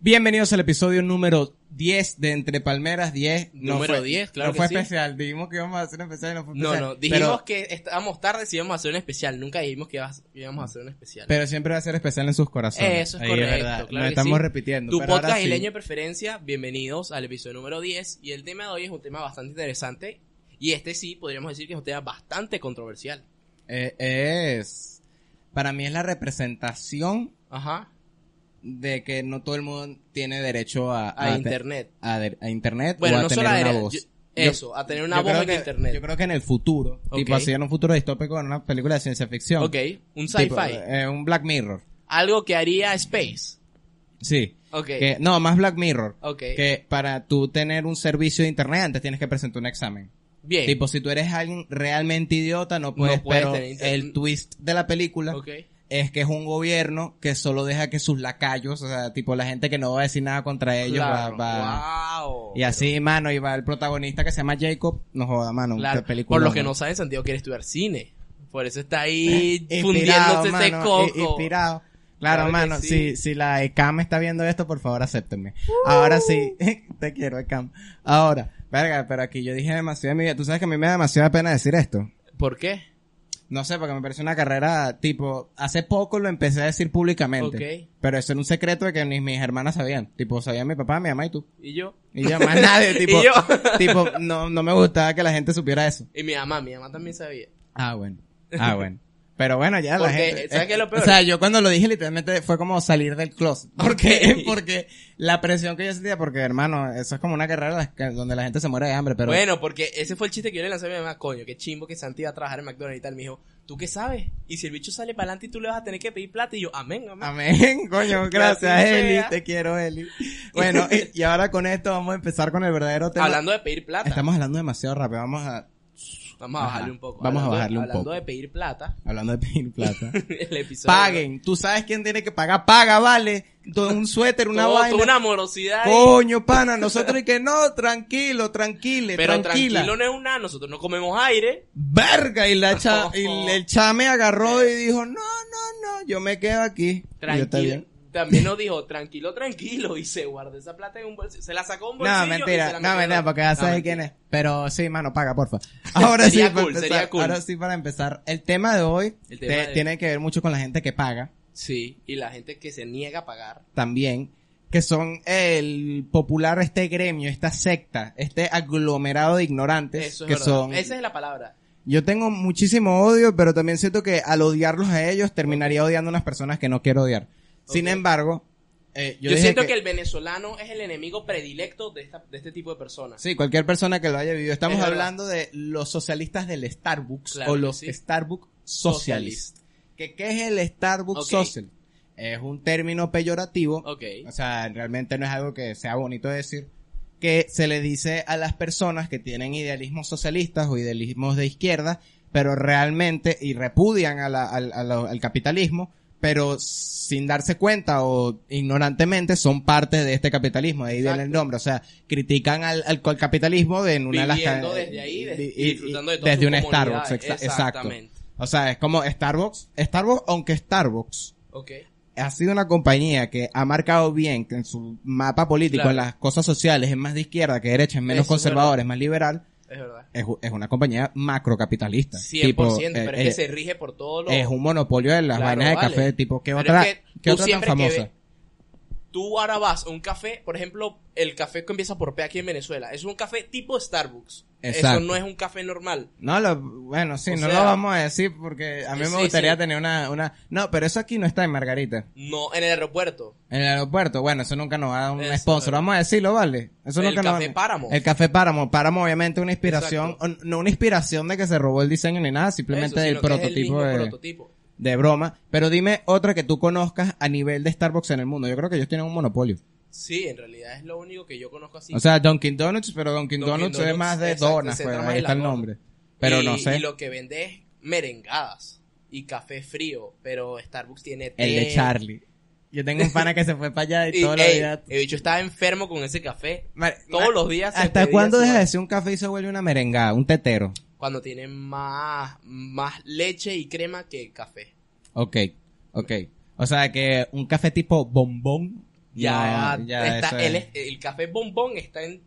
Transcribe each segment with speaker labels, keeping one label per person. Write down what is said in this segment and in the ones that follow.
Speaker 1: Bienvenidos al episodio número 10 de Entre Palmeras 10.
Speaker 2: Número
Speaker 1: fue-
Speaker 2: 10, claro
Speaker 1: No
Speaker 2: que
Speaker 1: fue
Speaker 2: sí.
Speaker 1: especial, dijimos que íbamos a hacer un especial y no fue
Speaker 2: No,
Speaker 1: especial.
Speaker 2: no, dijimos
Speaker 1: pero,
Speaker 2: que estábamos tarde si íbamos a hacer un especial. Nunca dijimos que ibas- que íbamos a hacer un especial.
Speaker 1: pero siempre va a ser especial en sus corazones.
Speaker 2: Eso es
Speaker 1: Ahí
Speaker 2: correcto,
Speaker 1: verdad.
Speaker 2: claro
Speaker 1: Lo
Speaker 2: que
Speaker 1: estamos
Speaker 2: sí.
Speaker 1: repitiendo.
Speaker 2: tu
Speaker 1: pero ahora
Speaker 2: podcast
Speaker 1: sí.
Speaker 2: y leño de preferencia, bienvenidos al episodio número 10. Y el tema de hoy es un tema bastante interesante. Y este sí, podríamos decir que es un tema bastante controversial.
Speaker 1: Eh, es. Para mí es la representación
Speaker 2: Ajá.
Speaker 1: de que no todo el mundo tiene derecho a,
Speaker 2: A
Speaker 1: a Ah, te-
Speaker 2: internet.
Speaker 1: a, de- a internet o
Speaker 2: Bueno,
Speaker 1: a
Speaker 2: no
Speaker 1: tener
Speaker 2: solo a
Speaker 1: una
Speaker 2: dere-
Speaker 1: voz.
Speaker 2: yo-
Speaker 1: Yo-
Speaker 2: eso, a tener una
Speaker 1: yo
Speaker 2: voz
Speaker 1: creo
Speaker 2: en
Speaker 1: que-
Speaker 2: internet.
Speaker 1: Yo creo que en el futuro,
Speaker 2: Ok.
Speaker 1: tipo así en un futuro distópico, en una película de ciencia ficción.
Speaker 2: Ok, un sci-fi.
Speaker 1: Tipo, eh, un Black Mirror.
Speaker 2: Algo que haría Space.
Speaker 1: Sí.
Speaker 2: Ok.
Speaker 1: Que, no, más Black Mirror.
Speaker 2: Ok.
Speaker 1: Que para tú tener un servicio de internet antes tienes que presentar un examen.
Speaker 2: Bien.
Speaker 1: Tipo, si tú eres alguien realmente idiota, no puedes,
Speaker 2: puedes
Speaker 1: pero
Speaker 2: tener internet.
Speaker 1: el twist de la película
Speaker 2: ok.
Speaker 1: es que es un gobierno que solo deja que sus lacayos, o sea, tipo la gente que no va a decir nada contra ellos, va,
Speaker 2: Claro.
Speaker 1: va-
Speaker 2: Wow.
Speaker 1: y así, mano, y va el protagonista que se llama Jacob, no joda, mano,
Speaker 2: Claro,
Speaker 1: qué película,
Speaker 2: por los que no saben, Santiago quiere estudiar cine. Por eso está ahí
Speaker 1: Eh, Inspirado,
Speaker 2: fundiéndose ese
Speaker 1: mano, eh,
Speaker 2: coco.
Speaker 1: i- Inspirado. Claro,
Speaker 2: Claro que
Speaker 1: mano,
Speaker 2: sí.
Speaker 1: si, si la ECAM está viendo esto, por favor, acéptenme. Ahora sí, te quiero, ECAM. Ahora, verga, pero aquí yo dije demasiado de mi vida. Tú sabes que a mí me da demasiada pena decir esto.
Speaker 2: ¿Por qué?
Speaker 1: No sé, porque me parece una carrera, tipo, hace poco lo empecé a decir públicamente.
Speaker 2: Ok.
Speaker 1: Pero eso era un secreto de que ni mis hermanas sabían. Tipo, sabían mi papá, mi mamá y tú.
Speaker 2: ¿Y yo?
Speaker 1: Y yo, más nadie, tipo,
Speaker 2: ¿Y yo?
Speaker 1: tipo, no, no me gustaba que la gente supiera eso.
Speaker 2: Y mi mamá, mi mamá también sabía.
Speaker 1: Ah, bueno. Ah, bueno. Pero bueno, ya la
Speaker 2: Porque,
Speaker 1: gente.
Speaker 2: ¿sabes
Speaker 1: eh,
Speaker 2: qué es lo peor?
Speaker 1: O sea, yo cuando lo dije literalmente fue como salir del closet. Porque, porque la presión que yo sentía, porque hermano, eso es como una carrera que- donde la gente se muere de hambre, pero.
Speaker 2: bueno, porque ese fue el chiste que yo le lancé a mi mamá. Coño, qué chimbo que Santi iba a trabajar en McDonald's y tal. Me dijo, ¿tú qué sabes? Y si el bicho sale para adelante y tú le vas a tener que pedir plata. Y yo, amén, amén.
Speaker 1: Amén, coño, gracias
Speaker 2: Así sea.
Speaker 1: Eli, te quiero Eli. Bueno, y, y ahora con esto vamos a empezar con el verdadero tema.
Speaker 2: Hablando de pedir plata.
Speaker 1: Estamos hablando demasiado rápido, vamos a...
Speaker 2: Vamos a
Speaker 1: Ajá.
Speaker 2: bajarle un poco.
Speaker 1: Vamos a
Speaker 2: Hablando-
Speaker 1: bajarle un poco.
Speaker 2: Hablando de pedir plata,
Speaker 1: Hablando de pedir plata.
Speaker 2: el episodio.
Speaker 1: Paguen, tú sabes quién tiene que pagar, paga, vale. Todo un suéter, una
Speaker 2: Todo- toda
Speaker 1: vaina.
Speaker 2: una amorosidad. ahí.
Speaker 1: Coño, pana, nosotros y que no, tranquilo, tranquile,
Speaker 2: pero
Speaker 1: tranquila.
Speaker 2: tranquilo no es una. Nosotros no comemos aire.
Speaker 1: Verga, y la cha, y el- el cha me agarró y dijo, no, no, no, yo me quedo aquí. Y yo, "Está
Speaker 2: Tranquilo.
Speaker 1: bien".
Speaker 2: También nos dijo, tranquilo, tranquilo. Y se guardó esa plata en un bolsillo. Se la sacó de un bolsillo.
Speaker 1: No,
Speaker 2: y se
Speaker 1: mentira,
Speaker 2: la
Speaker 1: no,
Speaker 2: metió en
Speaker 1: mentira,
Speaker 2: otro.
Speaker 1: porque ya
Speaker 2: No,
Speaker 1: sabes
Speaker 2: mentira.
Speaker 1: quién es. Pero sí, mano, paga, porfa. Ahora sí,
Speaker 2: Sería
Speaker 1: para
Speaker 2: cool,
Speaker 1: empezar,
Speaker 2: sería cool.
Speaker 1: ahora sí, para empezar. El tema de hoy
Speaker 2: El tema
Speaker 1: te-
Speaker 2: de-
Speaker 1: tiene que ver mucho con la gente que paga
Speaker 2: Sí, y la gente que se niega a pagar.
Speaker 1: también, que son el popular, este gremio, esta secta, este aglomerado de ignorantes
Speaker 2: Eso es
Speaker 1: que
Speaker 2: verdad.
Speaker 1: son...
Speaker 2: Esa es la palabra.
Speaker 1: Yo tengo muchísimo odio, pero también siento que al odiarlos a ellos terminaría odiando a unas personas que no quiero odiar. Sin
Speaker 2: Ok.
Speaker 1: embargo, eh, yo,
Speaker 2: Yo,
Speaker 1: dije
Speaker 2: siento que... el venezolano es el enemigo predilecto de, esta, de este tipo de personas.
Speaker 1: Sí, cualquier persona que lo haya vivido. Estamos
Speaker 2: Es verdad.
Speaker 1: hablando de los socialistas del Starbucks
Speaker 2: Claro
Speaker 1: o
Speaker 2: que
Speaker 1: los
Speaker 2: sí.
Speaker 1: Starbucks socialistas. ¿Qué, qué es el Starbucks
Speaker 2: Ok.
Speaker 1: social? Es un término peyorativo.
Speaker 2: Ok.
Speaker 1: O sea, realmente no es algo que sea bonito decir. Que se le dice a las personas que tienen idealismos socialistas o idealismos de izquierda, pero realmente, y repudian a la- al, a lo- al capitalismo, pero sin darse cuenta o ignorantemente son parte de este capitalismo, de ahí viene el
Speaker 2: Exacto.
Speaker 1: nombre. O sea, critican al, al, al capitalismo de en una de las
Speaker 2: Viviendo
Speaker 1: ca-
Speaker 2: desde ahí, des-
Speaker 1: y-
Speaker 2: y disfrutando de todas
Speaker 1: Desde
Speaker 2: sus
Speaker 1: un Starbucks,
Speaker 2: comodidades.
Speaker 1: exa- exacto.
Speaker 2: Exactamente.
Speaker 1: O sea, es como Starbucks, Starbucks, aunque Starbucks
Speaker 2: Ok.
Speaker 1: ha sido una compañía que ha marcado bien que en su mapa político,
Speaker 2: Claro.
Speaker 1: en las cosas sociales, es más de izquierda que derecha, es menos
Speaker 2: Eso es
Speaker 1: conservador,
Speaker 2: verdad.
Speaker 1: es más liberal,
Speaker 2: Es verdad.
Speaker 1: es, u- es una compañía macrocapitalista.
Speaker 2: 100%,
Speaker 1: Tipo, eh,
Speaker 2: pero es
Speaker 1: eh,
Speaker 2: que se rige por todo lo...
Speaker 1: es un monopolio de las
Speaker 2: Claro,
Speaker 1: vainas de
Speaker 2: vale.
Speaker 1: café, tipo, ¿qué
Speaker 2: Pero
Speaker 1: otra,
Speaker 2: es que
Speaker 1: ¿qué
Speaker 2: tú
Speaker 1: otra tan
Speaker 2: siempre que
Speaker 1: famosa?
Speaker 2: ve- Tú ahora vas a un café, por ejemplo, el café que empieza por P aquí en Venezuela, es un café tipo Starbucks.
Speaker 1: Exacto.
Speaker 2: Eso no es un café normal.
Speaker 1: No, lo, bueno, sí,
Speaker 2: O
Speaker 1: no
Speaker 2: sea-
Speaker 1: lo vamos a decir porque a mí me
Speaker 2: Sí,
Speaker 1: gustaría
Speaker 2: sí.
Speaker 1: tener una, una... No, pero eso aquí no está en Margarita.
Speaker 2: No, en el aeropuerto.
Speaker 1: En el aeropuerto, bueno, eso nunca nos va a dar un
Speaker 2: Eso,
Speaker 1: sponsor.
Speaker 2: eh.
Speaker 1: Vamos a decirlo, ¿vale? Eso
Speaker 2: El
Speaker 1: nunca nos-
Speaker 2: Café Páramo.
Speaker 1: El Café Páramo. Páramo, obviamente, una inspiración. o- No una inspiración de que se robó el diseño ni nada, simplemente
Speaker 2: Eso,
Speaker 1: del
Speaker 2: sino que es el
Speaker 1: prototipo,
Speaker 2: mismo
Speaker 1: de,
Speaker 2: prototipo.
Speaker 1: de broma. Pero dime otra que tú conozcas a nivel de Starbucks en el mundo. Yo creo que ellos tienen un monopolio.
Speaker 2: Sí, en realidad es lo único que yo conozco así.
Speaker 1: O sea, Dunkin' Donuts, pero Dunkin'
Speaker 2: Dunkin'
Speaker 1: Donuts, es
Speaker 2: Donuts,
Speaker 1: más de
Speaker 2: exacto,
Speaker 1: donas,
Speaker 2: se
Speaker 1: pues,
Speaker 2: trama
Speaker 1: ahí
Speaker 2: en
Speaker 1: está el
Speaker 2: la dona.
Speaker 1: nombre. Pero
Speaker 2: y,
Speaker 1: no sé.
Speaker 2: Y lo que vende es merengadas y café frío, pero Starbucks tiene té.
Speaker 1: El de Charlie. Yo tengo un pana que se fue para allá y,
Speaker 2: Y,
Speaker 1: todos los
Speaker 2: ey,
Speaker 1: días...
Speaker 2: El bicho estaba enfermo con ese café.
Speaker 1: Mar-
Speaker 2: Todos
Speaker 1: mar-
Speaker 2: los días. se
Speaker 1: ¿Hasta
Speaker 2: pedía
Speaker 1: cuándo
Speaker 2: su-
Speaker 1: deja de ser un café y se vuelve una merengada, un tetero?
Speaker 2: Cuando tiene más, más leche y crema que café.
Speaker 1: Ok, ok. O sea que un café tipo bombón
Speaker 2: Ya,
Speaker 1: No, ya, eso
Speaker 2: está,
Speaker 1: es.
Speaker 2: él es- el café bombón está en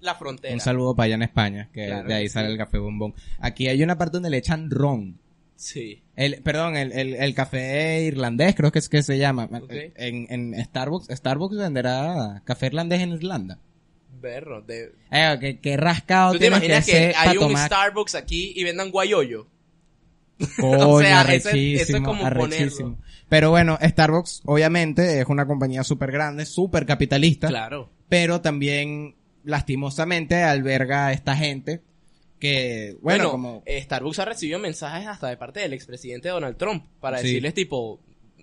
Speaker 2: la frontera.
Speaker 1: Un saludo para allá en España, que
Speaker 2: Claro
Speaker 1: de ahí
Speaker 2: que
Speaker 1: sale
Speaker 2: sí.
Speaker 1: el café bombón. Aquí hay una parte donde le echan ron.
Speaker 2: Sí.
Speaker 1: El, perdón, el, el, el café irlandés creo que es que se llama.
Speaker 2: Ok.
Speaker 1: En, en Starbucks, Starbucks venderá café irlandés en Irlanda.
Speaker 2: Berro. de-
Speaker 1: Eh, que, que rascado
Speaker 2: ¿Tú te
Speaker 1: tienes
Speaker 2: imaginas que,
Speaker 1: hacer pa'
Speaker 2: hay un
Speaker 1: tomar
Speaker 2: Starbucks aquí y vendan guayoyo?
Speaker 1: Coño,
Speaker 2: O sea, eso es-
Speaker 1: arrechísimo,
Speaker 2: eso es como
Speaker 1: arrechísimo. Pero bueno, Starbucks obviamente es una compañía súper grande, súper capitalista,
Speaker 2: Claro.
Speaker 1: pero también lastimosamente alberga a esta gente que, bueno,
Speaker 2: Bueno,
Speaker 1: como...
Speaker 2: eh, Starbucks ha recibido mensajes hasta de parte del expresidente Donald Trump para
Speaker 1: Sí.
Speaker 2: decirles tipo,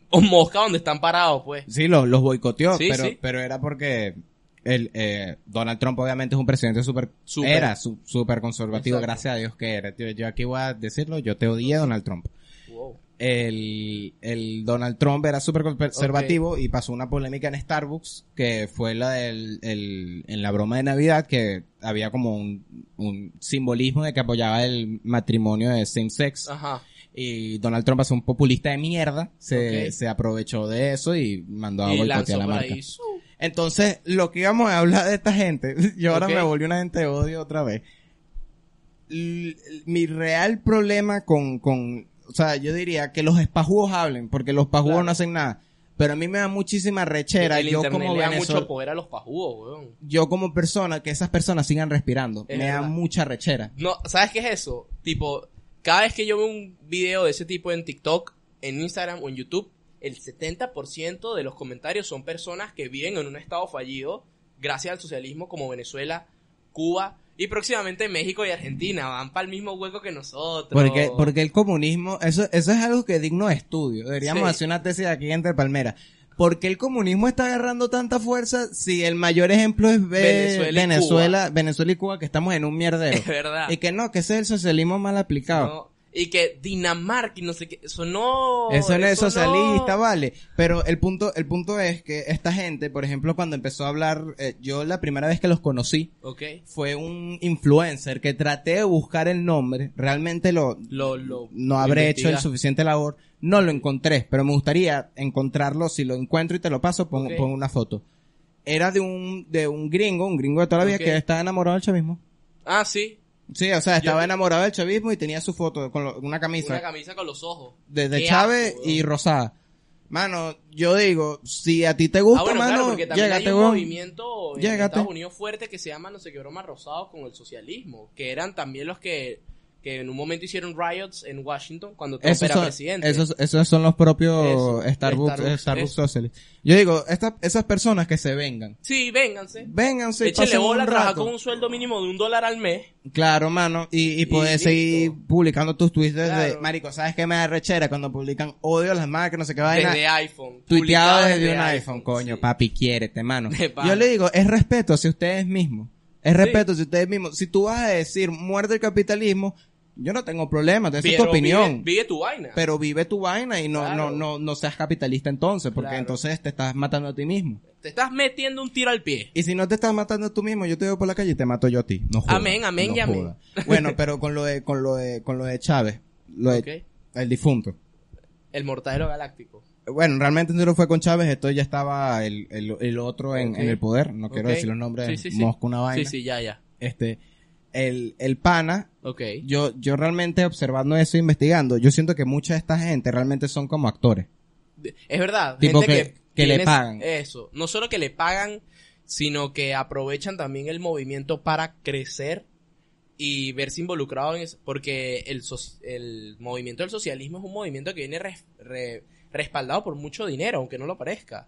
Speaker 2: o mosca donde están parados, pues.
Speaker 1: Sí, lo- los boicoteó,
Speaker 2: Sí,
Speaker 1: pero,
Speaker 2: sí.
Speaker 1: pero era porque el, eh, Donald Trump obviamente es un presidente súper...
Speaker 2: Súper.
Speaker 1: Era su- súper conservativo,
Speaker 2: Exacto.
Speaker 1: gracias a Dios que era. Yo, yo aquí voy a decirlo, yo te odié Donald Trump.
Speaker 2: Wow.
Speaker 1: el, el Donald Trump era súper conservativo y pasó una polémica en Starbucks que fue la del el- en la broma de Navidad que había como un, un simbolismo de que apoyaba el matrimonio de same sex
Speaker 2: Ajá.
Speaker 1: y Donald Trump es un populista de mierda se,
Speaker 2: Ok.
Speaker 1: se aprovechó de eso y mandó a
Speaker 2: y
Speaker 1: boicotear
Speaker 2: lanzó
Speaker 1: la
Speaker 2: por
Speaker 1: marca
Speaker 2: ahí. su-
Speaker 1: entonces lo que íbamos a hablar de esta gente y ahora
Speaker 2: Ok.
Speaker 1: me volví una gente de odio otra vez l- mi real problema con, con, o sea, yo diría que los espajugos hablen, porque los pajugos
Speaker 2: Claro.
Speaker 1: no hacen nada. Pero a mí me da muchísima rechera,
Speaker 2: el
Speaker 1: yo
Speaker 2: internet
Speaker 1: como
Speaker 2: le da
Speaker 1: venezol-
Speaker 2: mucho poder a los pajugos, weón.
Speaker 1: yo como persona, que esas personas sigan respirando,
Speaker 2: Es
Speaker 1: me da
Speaker 2: verdad.
Speaker 1: mucha rechera.
Speaker 2: No, ¿sabes qué es eso? Tipo, cada vez que yo veo un video de ese tipo en TikTok, en Instagram o en YouTube, el 70% de los comentarios son personas que viven en un estado fallido gracias al socialismo como Venezuela, Cuba y próximamente México y Argentina. Van para el mismo hueco que nosotros.
Speaker 1: Porque, porque el comunismo, eso, eso es algo que es digno de estudio. Deberíamos
Speaker 2: Sí.
Speaker 1: hacer una tesis aquí entre palmeras. Porque el comunismo está agarrando tanta fuerza si el mayor ejemplo es ve-
Speaker 2: Venezuela y
Speaker 1: Venezuela, Venezuela y Cuba, que estamos en un mierdero.
Speaker 2: Es verdad.
Speaker 1: Y que no, que ese es el socialismo mal aplicado.
Speaker 2: No, y que Dinamarca y no sé qué. Eso no.
Speaker 1: Eso no es
Speaker 2: no.
Speaker 1: socialista, vale. Pero el punto, el punto es que esta gente, por ejemplo, cuando empezó a hablar, eh, yo la primera vez que los conocí
Speaker 2: Ok.
Speaker 1: fue un influencer que traté de buscar el nombre. Realmente lo,
Speaker 2: Lo, lo,
Speaker 1: no habré hecho el
Speaker 2: investiga.
Speaker 1: suficiente labor. No lo encontré, pero me gustaría encontrarlo. Si lo encuentro y te lo paso, pon,
Speaker 2: Ok.
Speaker 1: pon una foto. Era de un, de un gringo, un gringo de toda la vida
Speaker 2: Ok.
Speaker 1: que estaba enamorado del chavismo.
Speaker 2: Ah, sí.
Speaker 1: Sí, o sea, estaba
Speaker 2: Yo-
Speaker 1: enamorado del chavismo y tenía su foto con lo- una camisa
Speaker 2: Una camisa con los ojos.
Speaker 1: de, de
Speaker 2: Qué
Speaker 1: Chávez
Speaker 2: asco,
Speaker 1: y
Speaker 2: weón.
Speaker 1: Rosada. Mano, yo digo, si a ti te gusta,
Speaker 2: ah, bueno, claro,
Speaker 1: mano,
Speaker 2: porque también
Speaker 1: llégate,
Speaker 2: hay un
Speaker 1: weón.
Speaker 2: movimiento en
Speaker 1: Llégate.
Speaker 2: Estados Unidos fuerte que se llama no sé qué broma rosado con el socialismo, que eran también los que, que en un momento hicieron riots en Washington cuando Trump
Speaker 1: Esos
Speaker 2: era
Speaker 1: son,
Speaker 2: presidente.
Speaker 1: esos- esos son los propios
Speaker 2: Eso,
Speaker 1: Starbucks,
Speaker 2: Starbucks,
Speaker 1: eh, Starbucks
Speaker 2: eso.
Speaker 1: Socialist. Yo digo, estas esas personas que se vengan,
Speaker 2: Sí, vénganse.
Speaker 1: vénganse y
Speaker 2: Échenle
Speaker 1: pasen un
Speaker 2: bola a trabajar
Speaker 1: rato.
Speaker 2: con un sueldo mínimo de un dólar al mes.
Speaker 1: Claro, mano, y, y poder
Speaker 2: listo.
Speaker 1: seguir publicando tus tweets desde,
Speaker 2: Claro.
Speaker 1: marico, ¿sabes qué me da rechera cuando publican odio a las marcas, no sé qué vaina?
Speaker 2: Desde iPhone.
Speaker 1: tuiteado
Speaker 2: publicado
Speaker 1: desde un iPhone, coño,
Speaker 2: sí.
Speaker 1: papi, quiérete, mano.
Speaker 2: De pana.
Speaker 1: Yo le digo, es respeto hacia ustedes mismos. Es respeto hacia ustedes mismos. Si tú vas a decir muerte el capitalismo, yo no tengo problema, esa es tu
Speaker 2: Pero
Speaker 1: opinión.
Speaker 2: Vive, vive tu vaina.
Speaker 1: Pero vive tu vaina y no,
Speaker 2: Claro.
Speaker 1: no, no, no seas capitalista entonces, porque
Speaker 2: Claro.
Speaker 1: entonces te estás matando a ti mismo.
Speaker 2: Te estás metiendo un tiro al pie.
Speaker 1: Y si no te estás matando tú mismo, yo te veo por la calle y te mato yo a ti. No jodas,
Speaker 2: Amén, amén
Speaker 1: no
Speaker 2: y amén.
Speaker 1: jodas. Bueno, pero con lo de, con lo de, con lo de Chávez, lo de-
Speaker 2: Ok.
Speaker 1: el difunto.
Speaker 2: El mortadero galáctico.
Speaker 1: Bueno, realmente no lo fue con Chávez, esto ya estaba el, el, el otro en,
Speaker 2: Ok.
Speaker 1: en el poder, no quiero
Speaker 2: Ok.
Speaker 1: decir los nombres,
Speaker 2: Sí, sí, sí.
Speaker 1: Mosca una vaina.
Speaker 2: Sí, sí, ya, ya.
Speaker 1: Este, el, el pana,
Speaker 2: Ok.
Speaker 1: yo, yo realmente observando eso, investigando, yo siento que mucha de esta gente realmente son como actores.
Speaker 2: De- Es verdad.
Speaker 1: Tipo
Speaker 2: gente
Speaker 1: que-
Speaker 2: que,
Speaker 1: que le
Speaker 2: tiene
Speaker 1: pagan.
Speaker 2: Eso. No solo que le pagan, sino que aprovechan también el movimiento para crecer y verse involucrado en eso. Porque el, soci- el movimiento del socialismo es un movimiento que viene res- re- respaldado por mucho dinero, aunque no lo parezca.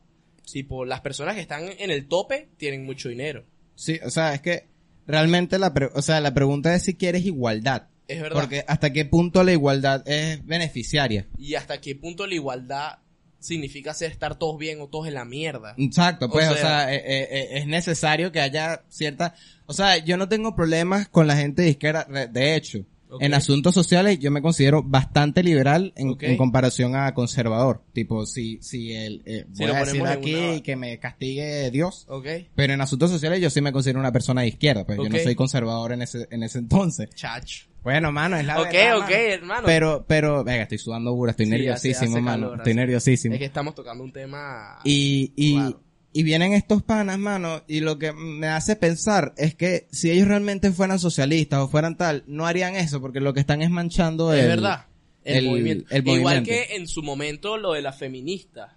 Speaker 2: Tipo, las personas que están en el tope tienen mucho dinero.
Speaker 1: Sí, o sea, es que realmente la, pre- o sea, la pregunta es si quieres igualdad.
Speaker 2: Es verdad.
Speaker 1: Porque hasta qué punto la igualdad es beneficiaria.
Speaker 2: Y hasta qué punto la igualdad significa ser estar todos bien o todos en la mierda.
Speaker 1: Exacto,
Speaker 2: O
Speaker 1: pues, o sea,
Speaker 2: sea-
Speaker 1: eh, eh, eh, es necesario que haya cierta... O sea, yo no tengo problemas con la gente de izquierda, re- de hecho.
Speaker 2: Ok.
Speaker 1: En asuntos sociales yo me considero bastante liberal en,
Speaker 2: Ok.
Speaker 1: en comparación a conservador. Tipo, si, si el... eh,
Speaker 2: Si
Speaker 1: voy
Speaker 2: lo
Speaker 1: a decir
Speaker 2: ponemos en
Speaker 1: aquí
Speaker 2: una-
Speaker 1: y que me castigue Dios.
Speaker 2: ¿Ok?
Speaker 1: Pero en asuntos sociales yo sí me considero una persona de izquierda, pues yo no
Speaker 2: Ok.
Speaker 1: soy conservador en ese, en ese entonces.
Speaker 2: Chacho.
Speaker 1: Bueno, mano, es la
Speaker 2: ok,
Speaker 1: verdad,
Speaker 2: ok,
Speaker 1: mano.
Speaker 2: hermano.
Speaker 1: Pero, pero, venga, estoy sudando burra, estoy
Speaker 2: Sí, hace-
Speaker 1: nerviosísimo,
Speaker 2: hace
Speaker 1: mano.
Speaker 2: calor,
Speaker 1: estoy
Speaker 2: hace-
Speaker 1: nerviosísimo.
Speaker 2: Es que estamos tocando un tema.
Speaker 1: Y, y,
Speaker 2: Claro.
Speaker 1: Y vienen estos panas, mano, y lo que me hace pensar es que si ellos realmente fueran socialistas o fueran tal, no harían eso porque lo que están es manchando
Speaker 2: Es
Speaker 1: el-
Speaker 2: verdad. El,
Speaker 1: el-
Speaker 2: movimiento.
Speaker 1: el
Speaker 2: Igual
Speaker 1: movimiento.
Speaker 2: que en su momento lo de las feministas.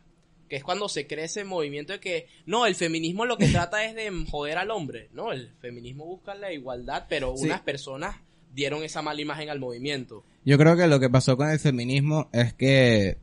Speaker 2: Que es cuando se crece ese movimiento de que. No, el feminismo lo que trata es de joder al hombre. No, el feminismo busca la igualdad, pero
Speaker 1: Sí.
Speaker 2: unas personas dieron esa mala imagen al movimiento.
Speaker 1: Yo creo que lo que pasó con el feminismo es que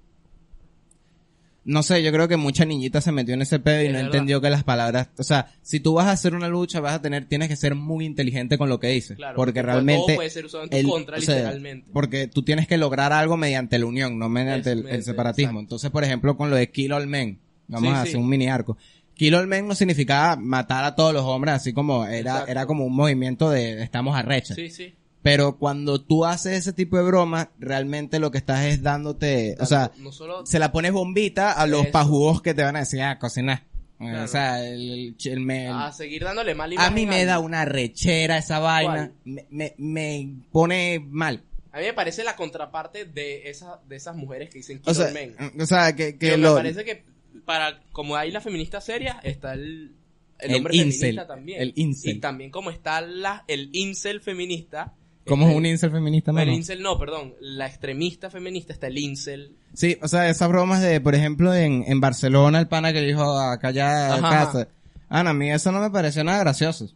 Speaker 1: no sé, yo creo que mucha niñita se metió en ese pedo y
Speaker 2: Es
Speaker 1: no
Speaker 2: verdad.
Speaker 1: entendió que las palabras, o sea, si tú vas a hacer una lucha, vas a tener tienes que ser muy inteligente con lo que dices,
Speaker 2: Claro.
Speaker 1: porque
Speaker 2: todo
Speaker 1: realmente
Speaker 2: puede ser usado en tu
Speaker 1: el-
Speaker 2: contra,
Speaker 1: o sea,
Speaker 2: literalmente.
Speaker 1: porque tú tienes que lograr algo mediante la unión, no mediante el, el
Speaker 2: Exactamente,
Speaker 1: separatismo.
Speaker 2: exacto.
Speaker 1: Entonces, por ejemplo, con lo de Kill All Men, vamos
Speaker 2: Sí,
Speaker 1: a
Speaker 2: sí.
Speaker 1: hacer un mini arco. Kill All Men no significaba matar a todos los hombres, así como era,
Speaker 2: Exacto.
Speaker 1: era como un movimiento de estamos arrechas.
Speaker 2: Sí, sí.
Speaker 1: Pero cuando tú haces ese tipo de broma, realmente lo que estás es dándote, o sea,
Speaker 2: no solo.
Speaker 1: se la pones bombita a los
Speaker 2: Eso.
Speaker 1: pajugos que te van a decir, ah, cocinar.
Speaker 2: Claro. Ah,
Speaker 1: O sea, el, el ch- el me- el-
Speaker 2: A seguir dándole mala imagen.
Speaker 1: a mí me
Speaker 2: al-
Speaker 1: da una rechera esa vaina.
Speaker 2: ¿Cuál?
Speaker 1: Me, me, me pone mal.
Speaker 2: A mí me parece la contraparte de, esa, de esas mujeres que dicen
Speaker 1: O
Speaker 2: Kill
Speaker 1: sea,
Speaker 2: all men.
Speaker 1: o sea, que, que
Speaker 2: Pero
Speaker 1: lo-
Speaker 2: me parece que para como hay la feminista seria está el el,
Speaker 1: El
Speaker 2: hombre
Speaker 1: incel,
Speaker 2: feminista también
Speaker 1: el incel.
Speaker 2: y también como está la el incel feminista
Speaker 1: ¿Cómo
Speaker 2: está
Speaker 1: es un
Speaker 2: el-
Speaker 1: incel feminista,
Speaker 2: no, este el
Speaker 1: mano?
Speaker 2: incel no perdón la extremista feminista está el incel
Speaker 1: Sí, o sea, esas bromas de, por ejemplo, en, en Barcelona, el pana que dijo acá ya
Speaker 2: Ajá,
Speaker 1: casa.
Speaker 2: ajá.
Speaker 1: Ana, a mí eso no me pareció nada gracioso.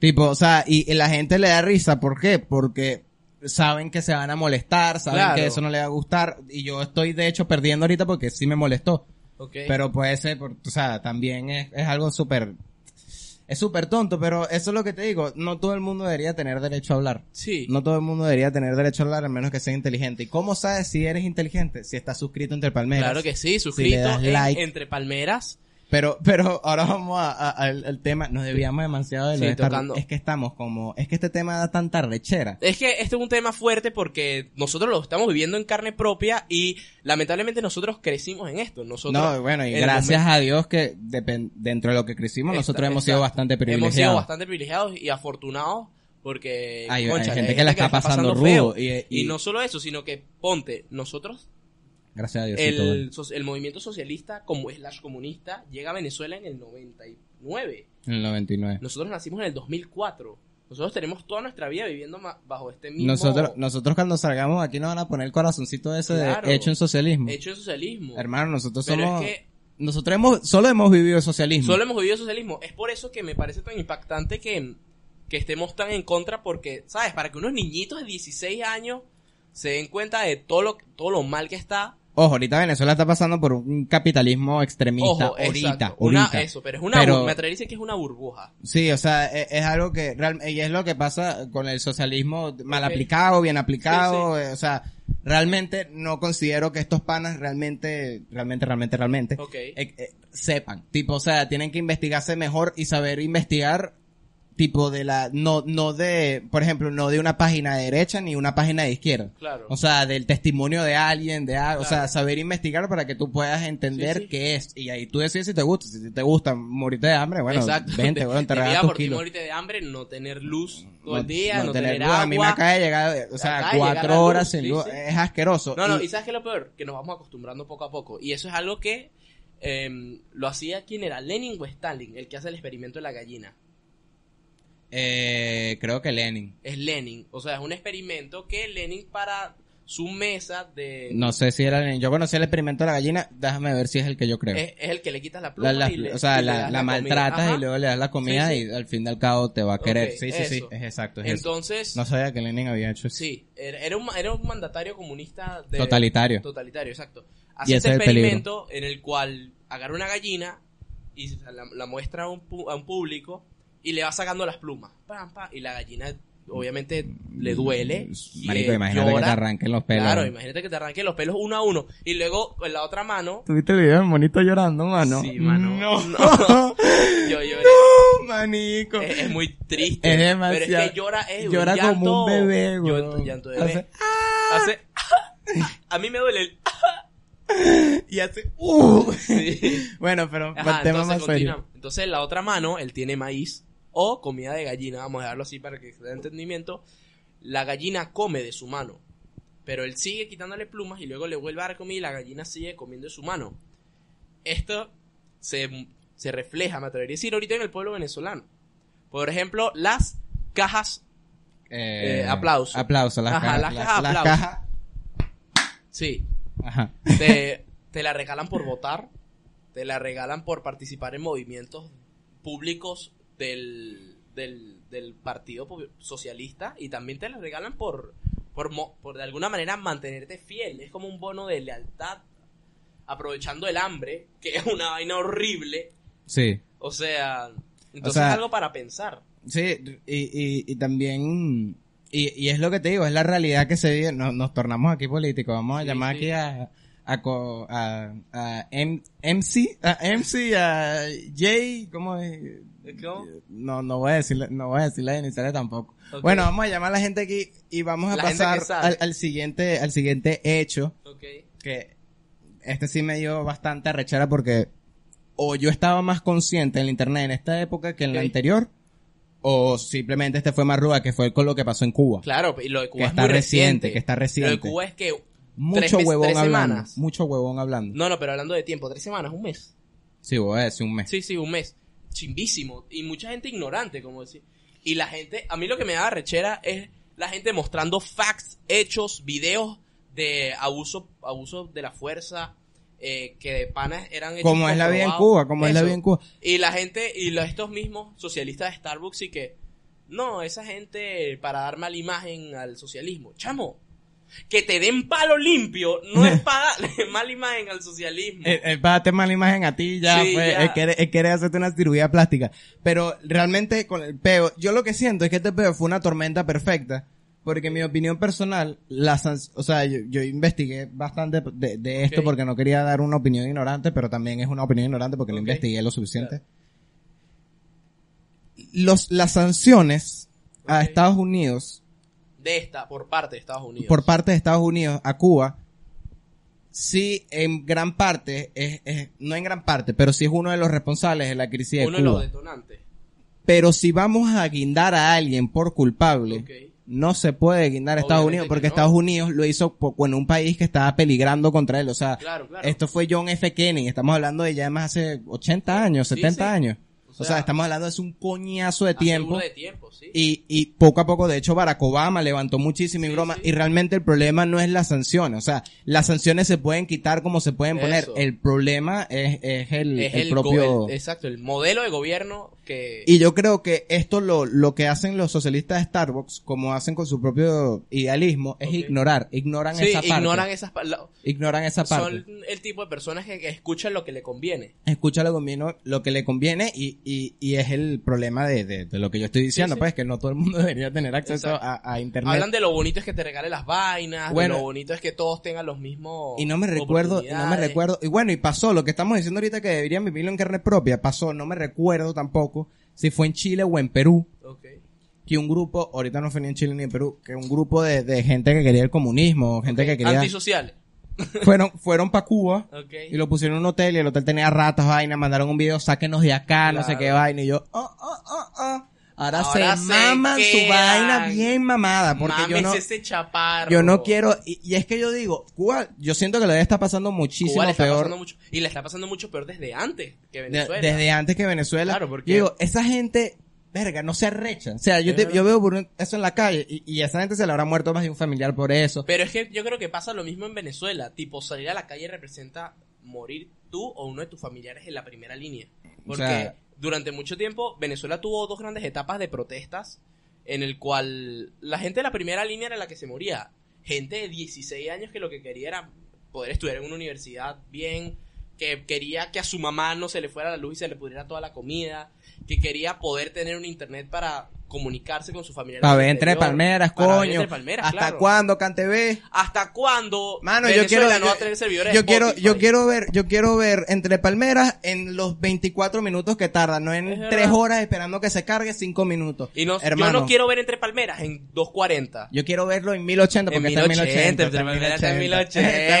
Speaker 1: Tipo, o sea, y, y la gente le da risa, ¿por qué? Porque saben que se van a molestar, saben
Speaker 2: Claro.
Speaker 1: que eso no le va a gustar, y yo estoy de hecho perdiendo ahorita porque sí me molestó.
Speaker 2: okay
Speaker 1: Pero puede ser, por- o sea, también es, es algo súper, es súper tonto, pero eso es lo que te digo, no todo el mundo debería tener derecho a hablar.
Speaker 2: sí
Speaker 1: No todo el mundo debería tener derecho a hablar a menos que sea inteligente. ¿Y cómo sabes si eres inteligente? Si estás suscrito entre palmeras.
Speaker 2: claro que sí
Speaker 1: le
Speaker 2: suscrito
Speaker 1: das
Speaker 2: en
Speaker 1: like.
Speaker 2: entre palmeras
Speaker 1: Pero, pero ahora vamos a- a- al, al tema. Nos debíamos demasiado de lo
Speaker 2: Sí,
Speaker 1: de esta-
Speaker 2: tocando.
Speaker 1: Es que estamos como, es que este tema da tanta rechera.
Speaker 2: es que este es un tema fuerte porque nosotros lo estamos viviendo en carne propia y lamentablemente nosotros crecimos en esto nosotros
Speaker 1: No, bueno, y
Speaker 2: en el
Speaker 1: gracias a Dios que depen- dentro de lo que crecimos nosotros
Speaker 2: Esta-
Speaker 1: hemos sido
Speaker 2: exacto.
Speaker 1: bastante
Speaker 2: Hemos sido
Speaker 1: privilegiados.
Speaker 2: bastante privilegiados y afortunados porque
Speaker 1: Hay- hay
Speaker 2: cónchale,
Speaker 1: gente que la está pasando rudo
Speaker 2: feo.
Speaker 1: y-
Speaker 2: Y,
Speaker 1: y-
Speaker 2: no solo eso, sino que ponte, nosotros,
Speaker 1: Gracias a Dios.
Speaker 2: el, so- el movimiento socialista como es slash comunista, llega a Venezuela en el 99.
Speaker 1: En el 99.
Speaker 2: Nosotros nacimos en el 2004. Nosotros tenemos toda nuestra vida viviendo ma- bajo este mismo
Speaker 1: Nosotros, nosotros cuando salgamos aquí nos van a poner el corazoncito ese
Speaker 2: Claro.
Speaker 1: de hecho en socialismo.
Speaker 2: hecho de socialismo.
Speaker 1: Hermano, nosotros
Speaker 2: Pero
Speaker 1: somos,
Speaker 2: es que
Speaker 1: nosotros hemos, solo hemos vivido el socialismo.
Speaker 2: solo hemos vivido socialismo. Es por eso que me parece tan impactante que, que estemos tan en contra porque, ¿sabes? Para que unos niñitos de 16 años se den cuenta de todo lo, todo lo mal que está.
Speaker 1: Ojo, ahorita Venezuela está pasando por un capitalismo extremista.
Speaker 2: Ojo,
Speaker 1: ahorita,
Speaker 2: exacto. Una-
Speaker 1: ahorita.
Speaker 2: eso, pero es una
Speaker 1: Pero-
Speaker 2: bur- me atrevería a decir que es una burbuja.
Speaker 1: Sí, o sea, e- es, algo que realmente, y es lo que pasa con el socialismo mal
Speaker 2: Ok.
Speaker 1: aplicado, bien aplicado, eh, o sea, realmente no considero que estos panas realmente, realmente, realmente, realmente,
Speaker 2: Ok.
Speaker 1: eh, eh, sepan, tipo, o sea, tienen que investigarse mejor y saber investigar, tipo, de la, no, no de, por ejemplo, no de una página de derecha ni una página de izquierda.
Speaker 2: Claro.
Speaker 1: O sea, del testimonio de alguien, de algo, o sea,
Speaker 2: Claro.
Speaker 1: saber investigar para que tú puedas entender
Speaker 2: Sí, sí.
Speaker 1: qué es. Y ahí tú decides si te gusta, si te gusta morirte de hambre, bueno, vente, bueno, te
Speaker 2: Te
Speaker 1: regalas
Speaker 2: diga
Speaker 1: tus
Speaker 2: por ti
Speaker 1: kilos.
Speaker 2: morirte de hambre, no tener luz todo el día, no, tener,
Speaker 1: luz.
Speaker 2: agua.
Speaker 1: A mí me acaba de llegar, o sea,
Speaker 2: acaba de llegar la
Speaker 1: cuatro
Speaker 2: luz,
Speaker 1: horas sin
Speaker 2: sí,
Speaker 1: luz,
Speaker 2: sí.
Speaker 1: es asqueroso.
Speaker 2: No, no,
Speaker 1: Y-
Speaker 2: y ¿sabes qué es lo peor? Que nos vamos acostumbrando poco a poco. Y eso es algo que em, lo hacía quien era, Lenin o Stalin, el que hace el experimento de la gallina.
Speaker 1: eh, creo que Lenin.
Speaker 2: Es Lenin. O sea, es un experimento que Lenin para su mesa de...
Speaker 1: No sé si era Lenin. Yo conocí el experimento de la gallina, déjame ver si es el que yo creo.
Speaker 2: es, es el que le quitas la pluma
Speaker 1: La- la-
Speaker 2: y le-
Speaker 1: o sea,
Speaker 2: y le
Speaker 1: la,
Speaker 2: das
Speaker 1: la
Speaker 2: comida.
Speaker 1: maltratas
Speaker 2: Ajá.
Speaker 1: y luego le das la comida
Speaker 2: Sí, sí.
Speaker 1: y al fin y al cabo te va a
Speaker 2: Ok,
Speaker 1: querer. sí, sí, sí,
Speaker 2: eso.
Speaker 1: es exacto. es eso.
Speaker 2: Entonces...
Speaker 1: No sabía que Lenin había hecho eso.
Speaker 2: Sí, era, era un, era un mandatario comunista de-
Speaker 1: Totalitario.
Speaker 2: Totalitario, exacto.
Speaker 1: Y ese
Speaker 2: Hace este
Speaker 1: es el peligro.
Speaker 2: experimento en el cual agarra una gallina y se- la, la muestra a un, pu- a un público y le va sacando las plumas. Pam, pam, y la gallina obviamente le duele. y
Speaker 1: Mm, Marico,
Speaker 2: le
Speaker 1: imagínate que
Speaker 2: llora.
Speaker 1: te arranquen los pelos.
Speaker 2: Claro, imagínate que te arranquen los pelos uno a uno. Y luego con la otra mano.
Speaker 1: ¿Tuviste el video del monito llorando, mano?
Speaker 2: Sí, mano.
Speaker 1: No,
Speaker 2: No. Yo lloré.
Speaker 1: manico.
Speaker 2: Es, es muy triste.
Speaker 1: Es demasiado.
Speaker 2: Pero es que llora, es
Speaker 1: Llora
Speaker 2: un llanto,
Speaker 1: como un bebé, güey.
Speaker 2: llanto- llanto de bebé.
Speaker 1: Hace- ah.
Speaker 2: Hace- a mí me duele el.
Speaker 1: y hace... Uh.
Speaker 2: Sí.
Speaker 1: bueno, pero
Speaker 2: Ajá,
Speaker 1: el tema
Speaker 2: entonces
Speaker 1: más serio.
Speaker 2: continuamos. Entonces, la otra mano, él tiene maíz o comida de gallina, vamos a dejarlo así para que se dé entendimiento. La gallina come de su mano, pero él sigue quitándole plumas y luego le vuelve a dar comida y la gallina sigue comiendo de su mano. Esto se se refleja, me atrevería a decir, ahorita en el pueblo venezolano. Por ejemplo, las cajas,
Speaker 1: Eh,
Speaker 2: Eh, aplauso.
Speaker 1: Aplauso, las
Speaker 2: Ajá,
Speaker 1: cajas.
Speaker 2: las
Speaker 1: las-
Speaker 2: cajas,
Speaker 1: las
Speaker 2: aplauso.
Speaker 1: cajas.
Speaker 2: sí,
Speaker 1: Ajá.
Speaker 2: te, te la regalan por votar, te la regalan por participar en movimientos públicos del, del, del Partido Pu- Socialista y también te la regalan por, por, mo- por de alguna manera mantenerte fiel. Es como un bono de lealtad, aprovechando el hambre, que es una vaina horrible.
Speaker 1: Sí.
Speaker 2: O sea, entonces
Speaker 1: sea-
Speaker 2: es algo para pensar.
Speaker 1: Sí, y, y, y también, y, y es lo que te digo, es la realidad que se vive, nos, nos tornamos aquí políticos, vamos a
Speaker 2: Sí,
Speaker 1: llamar
Speaker 2: sí.
Speaker 1: aquí a, a, co- a, a M- MC, a MC, a Jay, ¿cómo es?
Speaker 2: ¿Cómo?
Speaker 1: No, no voy a decir, la- no voy a decir la iniciales tampoco.
Speaker 2: Ok.
Speaker 1: Bueno, vamos a llamar a la gente aquí y vamos a
Speaker 2: La gente
Speaker 1: pasar
Speaker 2: que sabe.
Speaker 1: al, al siguiente, al siguiente hecho
Speaker 2: Ok.
Speaker 1: que este sí me dio bastante arrechera porque o yo estaba más consciente en el internet en esta época que en la
Speaker 2: Ok.
Speaker 1: anterior o simplemente este fue más ruda que fue con lo que pasó en Cuba.
Speaker 2: Claro, y lo de Cuba
Speaker 1: Que
Speaker 2: es
Speaker 1: está
Speaker 2: muy
Speaker 1: reciente,
Speaker 2: reciente.
Speaker 1: que está
Speaker 2: Lo
Speaker 1: reciente.
Speaker 2: de Cuba es que... tres
Speaker 1: Mucho
Speaker 2: meses-
Speaker 1: huevón
Speaker 2: tres
Speaker 1: hablando,
Speaker 2: semanas.
Speaker 1: mucho huevón hablando.
Speaker 2: No, no, pero hablando de tiempo, tres semanas, un mes.
Speaker 1: Sí, voy a decir un mes.
Speaker 2: Sí, sí, un mes. Chimbísimo. Y mucha gente ignorante, como decir. Y la gente, a mí lo que me da rechera es la gente mostrando facts, hechos, videos de abuso, abuso de la fuerza, eh, que de panas eran hechos
Speaker 1: como es la vida en
Speaker 2: comprobados.
Speaker 1: Cuba, como es la
Speaker 2: Eso.
Speaker 1: vida en Cuba.
Speaker 2: Y la gente, y los, estos mismos socialistas de Starbucks y que, no, esa gente para dar mala imagen al socialismo. Chamo, que te den palo limpio no es para darle mala imagen al socialismo.
Speaker 1: El, el Eh, para darte mala imagen a ti ya,
Speaker 2: Sí,
Speaker 1: pues,
Speaker 2: ya.
Speaker 1: él quiere, él quiere hacerte una cirugía plástica. Pero realmente con el peo, yo lo que siento es que este peo fue una tormenta perfecta. Porque en mi opinión personal, la sanc- o sea, yo, yo investigué bastante de, de esto
Speaker 2: Ok.
Speaker 1: porque no quería dar una opinión ignorante, pero también es una opinión ignorante porque no
Speaker 2: Ok.
Speaker 1: investigué lo suficiente. Los, las sanciones a
Speaker 2: Ok.
Speaker 1: Estados Unidos
Speaker 2: de esta, por parte de Estados Unidos.
Speaker 1: por parte de Estados Unidos a Cuba, sí en gran parte, es, es- no en gran parte, pero sí es uno de los responsables de la crisis de
Speaker 2: Uno de
Speaker 1: Cuba.
Speaker 2: los detonantes.
Speaker 1: Pero si vamos a guindar a alguien por culpable,
Speaker 2: Ok.
Speaker 1: no se puede guindar a Estados
Speaker 2: Obviamente
Speaker 1: Unidos,
Speaker 2: que
Speaker 1: porque
Speaker 2: no.
Speaker 1: Estados Unidos lo hizo po- con un país que estaba peligrando contra él. O sea,
Speaker 2: Claro, claro.
Speaker 1: esto fue John F. Kennedy, estamos hablando de ya además hace 80 años,
Speaker 2: Sí,
Speaker 1: 70
Speaker 2: sí.
Speaker 1: años. O
Speaker 2: O
Speaker 1: sea,
Speaker 2: sea,
Speaker 1: estamos hablando de hace un coñazo de
Speaker 2: Hace
Speaker 1: tiempo.
Speaker 2: uno de tiempo, sí.
Speaker 1: Y, y poco a poco, de hecho, Barack Obama levantó muchísimas
Speaker 2: Sí,
Speaker 1: bromas.
Speaker 2: sí.
Speaker 1: Y realmente el problema no es las sanciones. O sea, las sanciones se pueden quitar como se pueden poner.
Speaker 2: Eso.
Speaker 1: El problema es, es el,
Speaker 2: es
Speaker 1: el
Speaker 2: el, go-
Speaker 1: propio...
Speaker 2: el- exacto, el modelo de gobierno que...
Speaker 1: Y yo creo que esto lo, lo que hacen los socialistas de Starbucks, como hacen con su propio idealismo, es
Speaker 2: Ok.
Speaker 1: ignorar. Ignoran
Speaker 2: sí,
Speaker 1: esa parte.
Speaker 2: ignoran esas pa- la-
Speaker 1: Ignoran esa parte.
Speaker 2: Son el tipo de personas que, que escuchan lo que le conviene.
Speaker 1: Escucha lo, que conviene- lo que le conviene y, y, y es el problema de, de, de lo que yo estoy diciendo,
Speaker 2: sí.
Speaker 1: pues, que no todo el mundo debería tener acceso
Speaker 2: Exacto.
Speaker 1: a, a Internet.
Speaker 2: Hablan de lo bonito es que te regale las vainas,
Speaker 1: Bueno.
Speaker 2: de lo bonito es que todos tengan los mismos
Speaker 1: Y no me recuerdo, y no me
Speaker 2: oportunidades.
Speaker 1: recuerdo. Y bueno, y pasó lo que estamos diciendo ahorita que deberían vivirlo en carne propia. Pasó, no me recuerdo tampoco si fue en Chile o en Perú.
Speaker 2: Ok.
Speaker 1: Que un grupo, ahorita no fue ni en Chile ni en Perú, que un grupo de, de gente que quería el comunismo, gente que quería.
Speaker 2: Antisociales.
Speaker 1: Fueron, fueron para Cuba
Speaker 2: Ah, Ok.
Speaker 1: y lo pusieron en un hotel y el hotel tenía ratas, vaina, mandaron un video, sáquenos de acá, no sé
Speaker 2: Claro.
Speaker 1: qué vaina. Y yo, oh, oh, oh, oh. Ahora,
Speaker 2: Ahora
Speaker 1: se,
Speaker 2: se
Speaker 1: maman su
Speaker 2: quedan.
Speaker 1: vaina bien mamada, porque
Speaker 2: Mames
Speaker 1: yo no.
Speaker 2: ese chaparro.
Speaker 1: Yo no quiero, y, y es que yo digo, Cuba, yo siento que la vida está pasando muchísimo
Speaker 2: Cuba le está
Speaker 1: peor.
Speaker 2: pasando mucho- y le está pasando mucho peor desde antes que
Speaker 1: De-
Speaker 2: Venezuela.
Speaker 1: desde antes que Venezuela.
Speaker 2: Claro, porque-
Speaker 1: Yo digo, esa gente, verga, no se arrecha. O sea, yo,
Speaker 2: Es
Speaker 1: te-
Speaker 2: verdad.
Speaker 1: yo veo por un- eso en la calle y, y esa gente se le habrá muerto más de un familiar por eso.
Speaker 2: Pero es que yo creo que pasa lo mismo en Venezuela. Tipo, salir a la calle representa morir tú o uno de tus familiares en la primera línea. Porque
Speaker 1: sea-
Speaker 2: durante mucho tiempo Venezuela tuvo dos grandes etapas de protestas en el cual la gente de la primera línea era la que se moría. Gente de 16 años que lo que quería era poder estudiar en una universidad bien, que quería que a su mamá no se le fuera la luz y se le pudiera toda la comida, que quería poder tener un internet para comunicarse con su familia.
Speaker 1: Para ver entre palmeras, coño. ¿Hasta
Speaker 2: claro.
Speaker 1: cuándo, Cantebé?
Speaker 2: ¿Hasta cuándo
Speaker 1: Mano, yo
Speaker 2: Venezuela
Speaker 1: quiero,
Speaker 2: no va a
Speaker 1: yo-
Speaker 2: tener servidores
Speaker 1: yo
Speaker 2: de
Speaker 1: quiero,
Speaker 2: Spotify?
Speaker 1: yo quiero ver, yo quiero ver entre palmeras en los 24 minutos que tarda, no
Speaker 2: Es
Speaker 1: en
Speaker 2: verdad.
Speaker 1: 3 horas esperando que se cargue 5 minutos.
Speaker 2: Y no,
Speaker 1: Hermano,
Speaker 2: yo no quiero ver entre palmeras en 240.
Speaker 1: Yo quiero verlo en 1080 porque
Speaker 2: En
Speaker 1: está en 1080.
Speaker 2: 1080, está en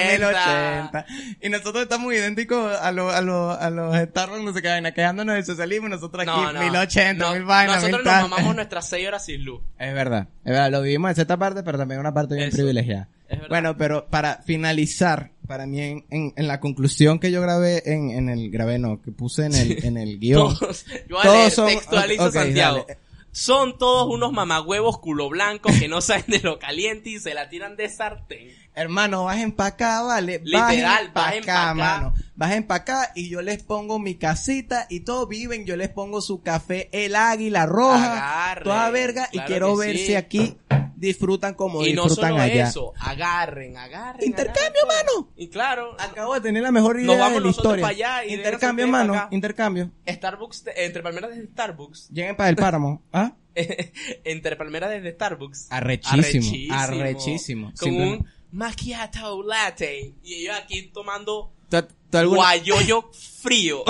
Speaker 2: 1080.
Speaker 1: Está en 1080. Y nosotros estamos idénticos a los a los a los Starbucks, no sé qué vaina, quedándonos del socialismo y nosotros aquí
Speaker 2: No, no.
Speaker 1: 1080,
Speaker 2: No,
Speaker 1: mil vainas,
Speaker 2: Nosotros
Speaker 1: mil
Speaker 2: nos
Speaker 1: tal.
Speaker 2: mamamos nuestras 6 horas sin luz.
Speaker 1: Es verdad, es verdad, lo vivimos en cierta parte, pero también una parte bien
Speaker 2: Eso.
Speaker 1: privilegiada.
Speaker 2: Es verdad.
Speaker 1: Bueno, pero para finalizar para mí en, en, en la conclusión que yo grabé en, en el grabé no que puse en el en el guión
Speaker 2: Todos, yo
Speaker 1: Todos
Speaker 2: todos
Speaker 1: son-
Speaker 2: textualizo
Speaker 1: ok,
Speaker 2: Santiago.
Speaker 1: dale.
Speaker 2: Son todos unos mamagüevos culo blanco que no saben de lo caliente y se la tiran de sartén.
Speaker 1: hermano bajen pa acá vale
Speaker 2: Literal,
Speaker 1: bajen pa
Speaker 2: bajen
Speaker 1: acá,
Speaker 2: pa' acá.
Speaker 1: mano bajen pa acá y yo les pongo mi casita y todos viven yo les pongo su café el águila roja
Speaker 2: Agarre,
Speaker 1: toda verga y
Speaker 2: claro
Speaker 1: quiero
Speaker 2: que
Speaker 1: ver
Speaker 2: sí.
Speaker 1: si aquí disfrutan como
Speaker 2: Y no
Speaker 1: disfrutan
Speaker 2: solo
Speaker 1: allá
Speaker 2: eso, agarren, agarren.
Speaker 1: Intercambio,
Speaker 2: agarren todo.
Speaker 1: mano.
Speaker 2: Y claro,
Speaker 1: acabo de tener la mejor
Speaker 2: Nos
Speaker 1: idea
Speaker 2: vamos
Speaker 1: de la
Speaker 2: nosotros
Speaker 1: historia
Speaker 2: pa' allá y
Speaker 1: intercambio
Speaker 2: déjanos ustedes pa'
Speaker 1: mano
Speaker 2: acá.
Speaker 1: intercambio
Speaker 2: Starbucks, te- entre palmeras desde Starbucks,
Speaker 1: lleguen para el páramo ah
Speaker 2: entre palmeras desde Starbucks.
Speaker 1: Arrechísimo. Arrechísimo.
Speaker 2: Con
Speaker 1: Simple-
Speaker 2: un macchiato latte. Y yo aquí tomando
Speaker 1: ¿Tú, tú alguna-
Speaker 2: guayoyo frío.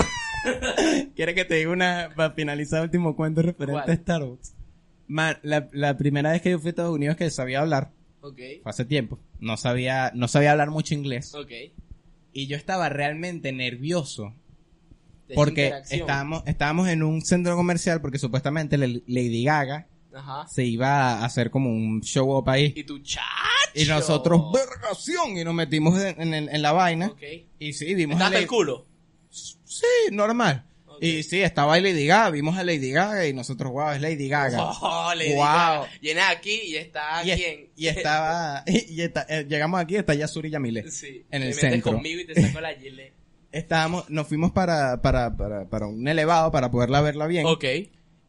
Speaker 1: ¿Quieres que te diga una, para finalizar el último cuento referente
Speaker 2: ¿Cuál?
Speaker 1: a Starbucks? Man, la, la primera vez que yo fui a Estados Unidos que sabía hablar,
Speaker 2: ok,
Speaker 1: fue hace tiempo, no sabía, no sabía hablar mucho inglés.
Speaker 2: ok.
Speaker 1: Y yo estaba realmente nervioso
Speaker 2: De
Speaker 1: porque
Speaker 2: interacción.
Speaker 1: estábamos, estábamos en un centro comercial porque supuestamente la- Lady Gaga
Speaker 2: Ajá.
Speaker 1: se iba a hacer como un show up ahí.
Speaker 2: Y tu chat.
Speaker 1: Y nosotros, vergación, y nos metimos en, en el- en la vaina.
Speaker 2: Ok.
Speaker 1: Y sí, vimos
Speaker 2: Está
Speaker 1: a
Speaker 2: hasta el
Speaker 1: Lady
Speaker 2: culo.
Speaker 1: Sí, normal.
Speaker 2: Ok.
Speaker 1: Y sí, estaba Lady Gaga, vimos a Lady Gaga y nosotros, wow, es Lady Gaga.
Speaker 2: Oh, le
Speaker 1: Wow.
Speaker 2: Llena aquí y está
Speaker 1: y, es-
Speaker 2: quién.
Speaker 1: y estaba y, está- eh, llegamos aquí está Yasuri Yamile
Speaker 2: Sí,
Speaker 1: en
Speaker 2: te
Speaker 1: el
Speaker 2: metes
Speaker 1: centro.
Speaker 2: conmigo y te saco la gilet.
Speaker 1: estábamos nos fuimos para, para, para, para un elevado para poderla verla bien
Speaker 2: Ok,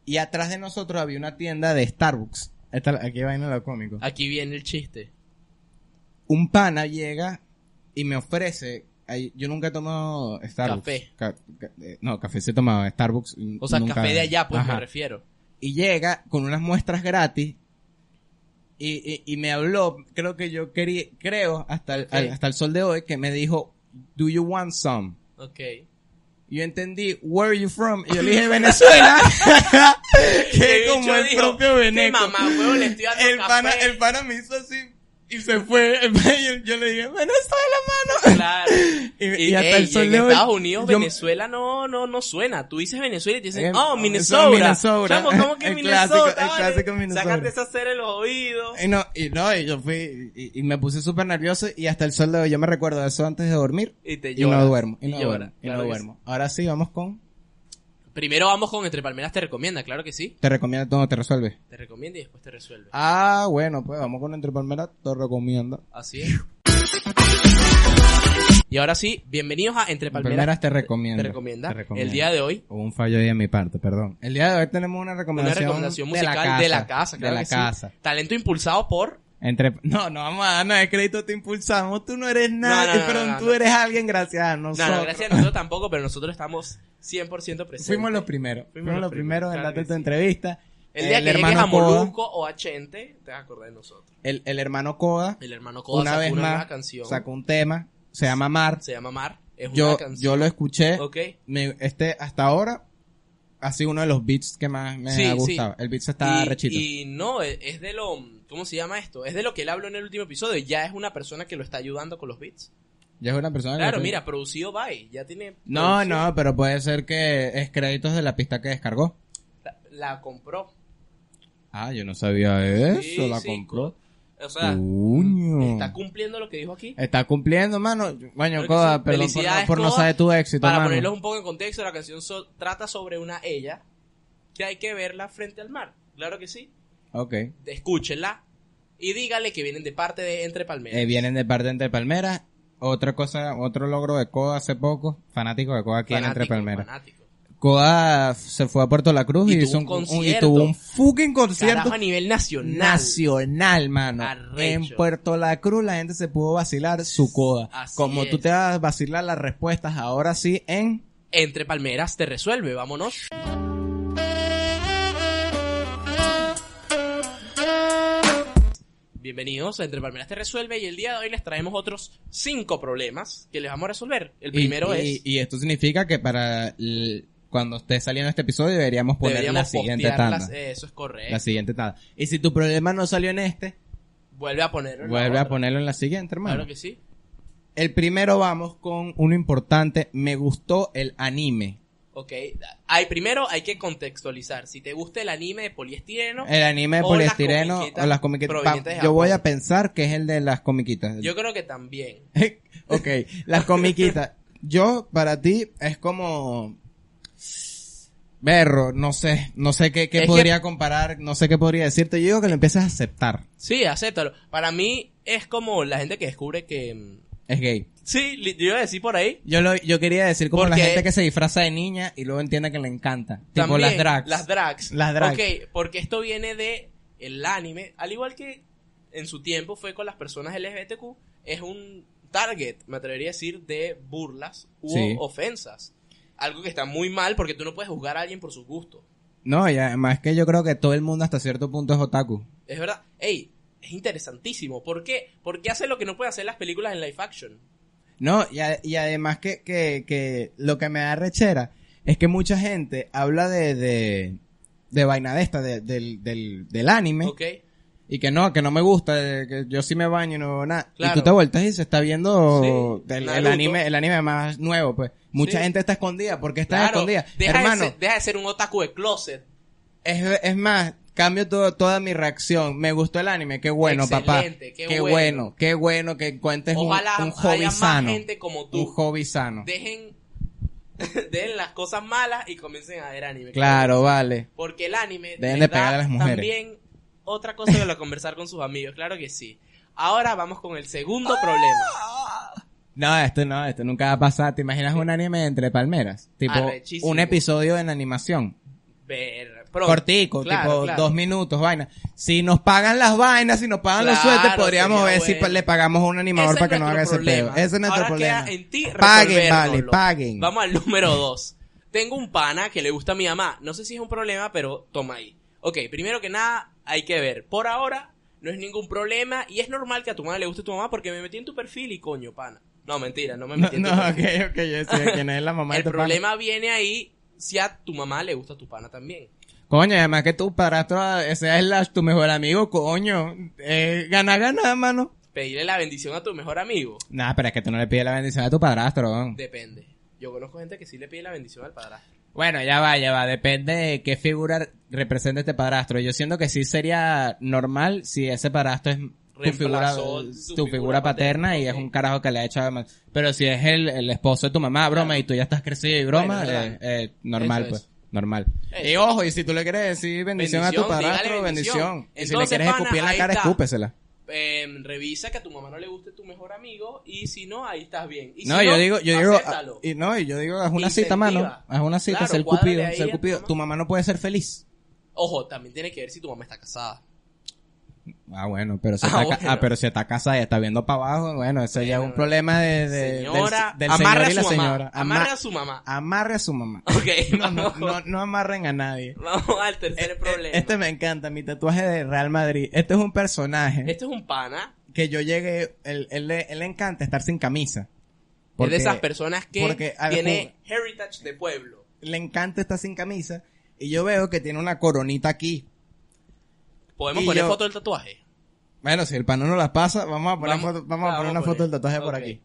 Speaker 1: y atrás de nosotros había una tienda de Starbucks Esta- aquí vaina lo cómico
Speaker 2: aquí viene el chiste.
Speaker 1: un pana llega y me ofrece ay, yo nunca he tomado Starbucks
Speaker 2: Café.
Speaker 1: Ca- ca- eh, no café se tomaba Starbucks n-
Speaker 2: O sea,
Speaker 1: nunca-
Speaker 2: café de allá, pues me
Speaker 1: Ajá.
Speaker 2: refiero.
Speaker 1: y llega con unas muestras gratis y, y- y me habló, creo que yo quería, creo, hasta el,
Speaker 2: Ok.
Speaker 1: al- hasta el sol de hoy, que me dijo, do you want some?
Speaker 2: Ok.
Speaker 1: Y Yo entendí, where are you from? Y yo le dije, Venezuela. que
Speaker 2: Este
Speaker 1: como
Speaker 2: bicho
Speaker 1: el
Speaker 2: dijo,
Speaker 1: propio
Speaker 2: "Qué
Speaker 1: Veneco.
Speaker 2: mamá, huevo, le estoy dando
Speaker 1: el, pana,
Speaker 2: café".
Speaker 1: el pana me hizo así y se fue. Y yo, yo le dije, Venezuela, mano.
Speaker 2: Claro.
Speaker 1: Y-
Speaker 2: Y,
Speaker 1: y hasta el
Speaker 2: ey,
Speaker 1: sol
Speaker 2: en
Speaker 1: de hoy,
Speaker 2: Estados Unidos,
Speaker 1: yo-
Speaker 2: Venezuela no, no, no suena. Tú dices Venezuela y te
Speaker 1: Eh,
Speaker 2: dicen, oh,
Speaker 1: no,
Speaker 2: Minnesota.
Speaker 1: eso es Minnesota.
Speaker 2: Chamo, ¿cómo que
Speaker 1: El
Speaker 2: Minnesota?
Speaker 1: clásico- el
Speaker 2: vale?
Speaker 1: clásico Minnesota. Eh,
Speaker 2: Sácate esa cera en los oídos.
Speaker 1: Y no, y no, y yo fui, y, y me puse súper nervioso y hasta el sol de hoy, yo me recuerdo de eso antes de dormir.
Speaker 2: Y te
Speaker 1: Y
Speaker 2: lloras.
Speaker 1: no duermo, y no
Speaker 2: lloras,
Speaker 1: duermo, y
Speaker 2: claro
Speaker 1: no
Speaker 2: que
Speaker 1: duermo. Ahora sí, vamos con...
Speaker 2: sí. Primero vamos con Entre Palmeras te recomienda, claro que sí.
Speaker 1: Te recomienda todo, te resuelve.
Speaker 2: Te recomienda y después te resuelve.
Speaker 1: Ah, bueno, pues vamos con Entre Palmeras, te recomienda.
Speaker 2: Así es. Y ahora sí, bienvenidos a Entre
Speaker 1: Entre
Speaker 2: Palmeras,
Speaker 1: Palmeras te
Speaker 2: te
Speaker 1: recomienda.
Speaker 2: recomienda. El día de hoy,
Speaker 1: Hubo un fallo ahí de mi parte, perdón. El día de hoy tenemos una
Speaker 2: una
Speaker 1: recomendación,
Speaker 2: recomendación musical de la casa.
Speaker 1: de
Speaker 2: claro
Speaker 1: la
Speaker 2: que sí.
Speaker 1: casa.
Speaker 2: Talento impulsado por
Speaker 1: Entre... No, no vamos a dar nada de crédito, te impulsamos. Tú no eres nadie,
Speaker 2: no, no,
Speaker 1: pero
Speaker 2: no,
Speaker 1: tú
Speaker 2: no.
Speaker 1: eres alguien gracias a
Speaker 2: No,
Speaker 1: nosotros.
Speaker 2: no, gracias a nosotros tampoco, pero nosotros estamos 100% presentes.
Speaker 1: Fuimos los primeros. Fuimos, los primeros en
Speaker 2: claro
Speaker 1: darte
Speaker 2: que
Speaker 1: tu
Speaker 2: sí.
Speaker 1: entrevista.
Speaker 2: El día que llegues
Speaker 1: hermano
Speaker 2: a
Speaker 1: Coda-
Speaker 2: Molusco o a Chente, te vas a acordar de nosotros.
Speaker 1: el, el hermano Coda,
Speaker 2: El hermano Coda
Speaker 1: una
Speaker 2: sacó
Speaker 1: vez
Speaker 2: una
Speaker 1: más,
Speaker 2: nueva canción.
Speaker 1: sacó un tema, se llama Mar.
Speaker 2: Se llama Mar. Es
Speaker 1: Yo,
Speaker 2: una canción.
Speaker 1: yo lo escuché.
Speaker 2: Ok.
Speaker 1: Me- este, hasta ahora, ha sido uno de los beats que más me
Speaker 2: Sí,
Speaker 1: ha
Speaker 2: sí.
Speaker 1: gustado. El beat está
Speaker 2: y,
Speaker 1: rechito.
Speaker 2: y no, es es de lo. ¿Cómo se llama esto? Es de lo que él habló en el último episodio. Ya es una persona que lo está ayudando con los beats.
Speaker 1: ya es una persona que
Speaker 2: Claro,
Speaker 1: lo-
Speaker 2: mira, producido by. Ya tiene.
Speaker 1: No,
Speaker 2: producción.
Speaker 1: no, pero puede ser que es créditos de la pista que descargó.
Speaker 2: La, la compró.
Speaker 1: Ah, yo no sabía eso,
Speaker 2: Sí,
Speaker 1: la
Speaker 2: sí,
Speaker 1: compró.
Speaker 2: O sea,
Speaker 1: Coño.
Speaker 2: está cumpliendo lo que dijo aquí.
Speaker 1: Está cumpliendo, mano. Bueno,
Speaker 2: Creo que
Speaker 1: Coda,
Speaker 2: sí.
Speaker 1: perdón por no,
Speaker 2: Felicidades,
Speaker 1: por no
Speaker 2: Coda,
Speaker 1: saber tu éxito,
Speaker 2: Para
Speaker 1: mano.
Speaker 2: ponerlos un poco en contexto, la canción so- trata sobre una ella que hay que verla frente al mar. Claro que sí.
Speaker 1: Ok.
Speaker 2: Escúchenla y dígale que vienen de parte de Entre Palmeras.
Speaker 1: Eh, vienen de parte de Entre Palmeras. Otra cosa, otro logro de Coda hace poco. Fanático de Coda aquí en Entre
Speaker 2: Fanático,
Speaker 1: Palmeras.
Speaker 2: fanático.
Speaker 1: Coda se fue a Puerto La Cruz y,
Speaker 2: Y tuvo
Speaker 1: hizo
Speaker 2: un
Speaker 1: un, un- y
Speaker 2: concierto.
Speaker 1: tuvo un fucking concierto
Speaker 2: Carajo, a nivel nacional.
Speaker 1: nacional, mano.
Speaker 2: Arrecho.
Speaker 1: En Puerto La Cruz la gente se pudo vacilar su Coda.
Speaker 2: Así
Speaker 1: Como tú
Speaker 2: es.
Speaker 1: te vas a vacilar las respuestas ahora sí en
Speaker 2: Entre Palmeras te resuelve, vámonos. Bienvenidos a Entre Palmeras te resuelve y el día de hoy les traemos otros cinco problemas que les vamos a resolver. El
Speaker 1: Y-
Speaker 2: primero
Speaker 1: y,
Speaker 2: es
Speaker 1: Y esto significa que para el- cuando esté saliendo este episodio deberíamos poner la
Speaker 2: deberíamos
Speaker 1: siguiente
Speaker 2: postear
Speaker 1: tanda.
Speaker 2: las- eh, eso es correcto.
Speaker 1: La siguiente tanda. Y si tu problema no salió en este,
Speaker 2: Vuelve a ponerlo. en la
Speaker 1: vuelve a
Speaker 2: otra.
Speaker 1: ponerlo en la siguiente, hermano.
Speaker 2: Claro que sí.
Speaker 1: El primero vamos con uno importante. Me gustó el anime.
Speaker 2: Ok, hay, primero hay que contextualizar. Si te gusta el anime de poliestireno,
Speaker 1: El anime de
Speaker 2: O las
Speaker 1: poliestireno
Speaker 2: comiquitas
Speaker 1: o las comiquitas.
Speaker 2: provenientes de
Speaker 1: pa- Yo
Speaker 2: Japón.
Speaker 1: voy a pensar que es el de las comiquitas.
Speaker 2: yo creo que también.
Speaker 1: ok, las comiquitas. Yo, para ti, es como... Berro, no sé, no sé qué, qué
Speaker 2: Es que-
Speaker 1: podría comparar, no sé qué podría decirte. Yo digo que lo empiezas a aceptar.
Speaker 2: Sí, acéptalo. Para mí es como la gente que descubre que... mm,
Speaker 1: Es gay.
Speaker 2: Sí, li- yo iba a decir por ahí.
Speaker 1: Yo lo, yo quería decir como la
Speaker 2: Porque-
Speaker 1: gente que se disfraza de niña y luego entiende que le encanta. tipo
Speaker 2: También,
Speaker 1: las drags.
Speaker 2: Las drags.
Speaker 1: Las drags.
Speaker 2: Ok, porque esto viene de el anime, al igual que en su tiempo fue con las personas LGBTQ, es un target, me atrevería a decir, de burlas u
Speaker 1: Sí.
Speaker 2: ofensas. Algo que está muy mal porque tú no puedes juzgar a alguien por sus gustos.
Speaker 1: No, y además que yo creo que todo el mundo hasta cierto punto es otaku.
Speaker 2: Es verdad. Ey, es interesantísimo. ¿Por qué? Porque hace lo que no puede hacer las películas en live action.
Speaker 1: No, y, a- y además que, que, que lo que me da rechera es que mucha gente habla de, de, de vaina de esta, de- del, del, del anime,
Speaker 2: ¿Ok?
Speaker 1: y que no, que no me gusta, de que yo sí me baño y no veo nada.
Speaker 2: Claro.
Speaker 1: Y tú te vueltas y se está viendo
Speaker 2: Sí,
Speaker 1: el- el,
Speaker 2: Naruto.
Speaker 1: anime, el anime más nuevo, pues. Mucha
Speaker 2: Sí.
Speaker 1: gente está escondida, porque está
Speaker 2: Claro.
Speaker 1: escondida.
Speaker 2: Deja,
Speaker 1: Hermano,
Speaker 2: de ser, deja de ser un otaku de closet.
Speaker 1: es, es más, cambio todo, toda mi reacción. Me gustó el anime, qué bueno, papá.
Speaker 2: Excelente, qué
Speaker 1: bueno.
Speaker 2: bueno.
Speaker 1: qué bueno que encuentres un-
Speaker 2: Ojalá
Speaker 1: un,
Speaker 2: haya
Speaker 1: hobby
Speaker 2: más
Speaker 1: sano.
Speaker 2: gente como
Speaker 1: Un
Speaker 2: tú.
Speaker 1: hobby sano.
Speaker 2: Dejen, dejen las cosas malas y comiencen a ver anime.
Speaker 1: Claro, vale.
Speaker 2: Porque el anime
Speaker 1: Dejen de
Speaker 2: les da
Speaker 1: pegar a las mujeres.
Speaker 2: también otra cosa que lo conversar con sus amigos. Claro que sí. Ahora vamos con el segundo
Speaker 1: ¡Ah!
Speaker 2: problema.
Speaker 1: No, esto no, esto nunca va a pasar. ¿Te imaginas un anime entre palmeras? Tipo,
Speaker 2: Arrechísimo.
Speaker 1: un episodio en animación.
Speaker 2: Ver, pro-
Speaker 1: Cortico,
Speaker 2: Claro,
Speaker 1: tipo
Speaker 2: claro.
Speaker 1: dos minutos, vaina. Si nos pagan las vainas, si nos pagan los
Speaker 2: Claro,
Speaker 1: sueldos, podríamos
Speaker 2: sería
Speaker 1: ver si
Speaker 2: bueno.
Speaker 1: pa- le pagamos a un animador
Speaker 2: Ese
Speaker 1: para que
Speaker 2: es
Speaker 1: no haga
Speaker 2: nuestro
Speaker 1: ese peo.
Speaker 2: problema.
Speaker 1: Ese es nuestro
Speaker 2: Ahora
Speaker 1: problema.
Speaker 2: Queda en ti
Speaker 1: paguen, vale,
Speaker 2: resolvérnoslo.
Speaker 1: paguen.
Speaker 2: Vamos al número dos. Tengo un pana que le gusta a mi mamá. No sé si es un problema, pero toma ahí. Ok, primero que nada, hay que ver. Por ahora, no es ningún problema y es normal que a tu mamá le guste tu mamá porque me metí en tu perfil y coño, pana. No, mentira, no me
Speaker 1: No,
Speaker 2: metí en tu
Speaker 1: no,
Speaker 2: perfil.
Speaker 1: ok, ok, yo sé quién es la mamá de
Speaker 2: El
Speaker 1: tu pana.
Speaker 2: problema viene ahí si a tu mamá le gusta tu pana también.
Speaker 1: Coño, además que tu padrastro ah, sea slash tu mejor amigo, coño. Eh, gana, gana, mano.
Speaker 2: Pedirle la bendición a tu mejor amigo.
Speaker 1: Nah, pero es que tú no le pides la bendición a tu padrastro. weón.
Speaker 2: Depende. Yo conozco gente que sí le pide la bendición al padrastro.
Speaker 1: Bueno, ya va, ya va. Depende de qué figura representa este padrastro. Yo siento que sí sería normal si ese padrastro es tu figura,
Speaker 2: Reemplazó
Speaker 1: tu
Speaker 2: su
Speaker 1: figura
Speaker 2: figura
Speaker 1: paterna y
Speaker 2: paterna,
Speaker 1: es
Speaker 2: ok.
Speaker 1: un carajo que le ha hecho mal. Pero si es el, el esposo de tu mamá, broma,
Speaker 2: Claro.
Speaker 1: y tú ya estás crecido y broma,
Speaker 2: Bueno, es
Speaker 1: eh, eh, normal,
Speaker 2: Eso
Speaker 1: pues.
Speaker 2: es.
Speaker 1: Normal.
Speaker 2: Eso.
Speaker 1: Y ojo, y si tú le quieres decir bendición, a tu
Speaker 2: Bendición,
Speaker 1: padrastro,
Speaker 2: dígale
Speaker 1: bendición.
Speaker 2: bendición.
Speaker 1: Y si
Speaker 2: Entonces,
Speaker 1: le quieres
Speaker 2: pana,
Speaker 1: escupir en la
Speaker 2: ahí
Speaker 1: cara,
Speaker 2: está.
Speaker 1: escúpesela.
Speaker 2: em, revisa que a tu mamá no le guste tu mejor amigo y si no, ahí estás bien. Y si
Speaker 1: no, yo digo, yo digo, ah,
Speaker 2: acéptalo.
Speaker 1: y no, y yo digo, haz una cita,
Speaker 2: Incentiva.
Speaker 1: mano, haz una cita,
Speaker 2: Claro,
Speaker 1: ser
Speaker 2: cuádrale
Speaker 1: cupido,
Speaker 2: ahí
Speaker 1: ser
Speaker 2: a tu
Speaker 1: cupido.
Speaker 2: mamá.
Speaker 1: Tu mamá no puede ser feliz.
Speaker 2: Ojo, también tiene que ver si tu mamá está casada.
Speaker 1: Ah, bueno, pero si,
Speaker 2: Ah,
Speaker 1: está, ca-
Speaker 2: bueno.
Speaker 1: ah, pero si está casada y está viendo para abajo, bueno, eso ya es un
Speaker 2: Bueno.
Speaker 1: problema de, de- del-
Speaker 2: señora,
Speaker 1: del,
Speaker 2: amarre
Speaker 1: señor y la
Speaker 2: a su mamá.
Speaker 1: señora. Ama- Ah.
Speaker 2: Amarre a su mamá.
Speaker 1: amarre a su mamá.
Speaker 2: Ok,
Speaker 1: No, no,
Speaker 2: vamos,
Speaker 1: no, no amarren a nadie. Eh,
Speaker 2: vamos al tercer problema.
Speaker 1: Este me encanta, mi tatuaje de Real Madrid. Este es un personaje
Speaker 2: Este es un pana.
Speaker 1: que yo llegué, él, él le- él le encanta estar sin camisa.
Speaker 2: es de esas personas que
Speaker 1: porque, a ver,
Speaker 2: tiene heritage de pueblo.
Speaker 1: le encanta estar sin camisa y yo veo que tiene una coronita aquí.
Speaker 2: ¿Podemos
Speaker 1: Y
Speaker 2: poner
Speaker 1: yo-
Speaker 2: foto del tatuaje?
Speaker 1: Bueno, si el pan no la pasa, vamos a poner,
Speaker 2: Vamos- Ah,
Speaker 1: foto- vamos a
Speaker 2: vamos
Speaker 1: poner
Speaker 2: a
Speaker 1: una foto del
Speaker 2: poner.
Speaker 1: tatuaje por
Speaker 2: Ok.
Speaker 1: aquí.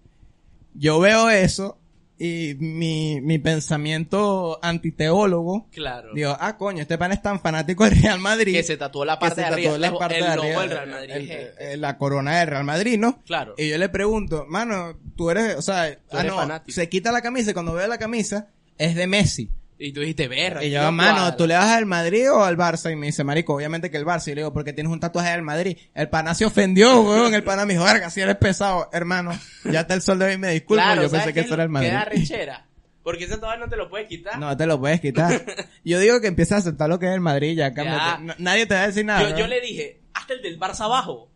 Speaker 1: Yo veo eso y mi, mi pensamiento antiteólogo,
Speaker 2: Claro.
Speaker 1: digo, ah, coño, este pan es tan fanático del Real Madrid.
Speaker 2: que se tatuó la
Speaker 1: que se
Speaker 2: parte de
Speaker 1: tatuó
Speaker 2: arriba.
Speaker 1: la
Speaker 2: el-
Speaker 1: parte
Speaker 2: el
Speaker 1: de
Speaker 2: logo
Speaker 1: arriba,
Speaker 2: del Real Madrid.
Speaker 1: el-
Speaker 2: es
Speaker 1: el-
Speaker 2: este.
Speaker 1: el- la corona del Real Madrid, ¿no?
Speaker 2: claro.
Speaker 1: Y yo le pregunto, mano, tú eres, o sea, ah,
Speaker 2: eres
Speaker 1: no,
Speaker 2: fanático.
Speaker 1: se quita la camisa y cuando veo la camisa es de Messi.
Speaker 2: Y tú dijiste, verga.
Speaker 1: Y
Speaker 2: no
Speaker 1: yo, mano,
Speaker 2: cuadra".
Speaker 1: ¿tú le vas al Madrid o al Barça? Y me dice, marico, obviamente que el Barça. Y le digo, porque tienes un tatuaje del Madrid. El pana se ofendió, weón. El pana me dijo, verga, si eres pesado, hermano. Ya está el sol de hoy, me disculpo.
Speaker 2: Claro,
Speaker 1: yo
Speaker 2: ¿sabes
Speaker 1: pensé
Speaker 2: qué
Speaker 1: que
Speaker 2: es
Speaker 1: eso
Speaker 2: lo
Speaker 1: era el Madrid.
Speaker 2: Queda rechera. Porque ese tatuaje no te lo puedes quitar.
Speaker 1: No te lo puedes quitar. Yo digo que empiezas a aceptar lo que es el Madrid, ya,
Speaker 2: Ya.
Speaker 1: cámbiate. No- nadie te va a decir nada.
Speaker 2: yo,
Speaker 1: ¿no?
Speaker 2: yo le dije, hazte el del Barça abajo.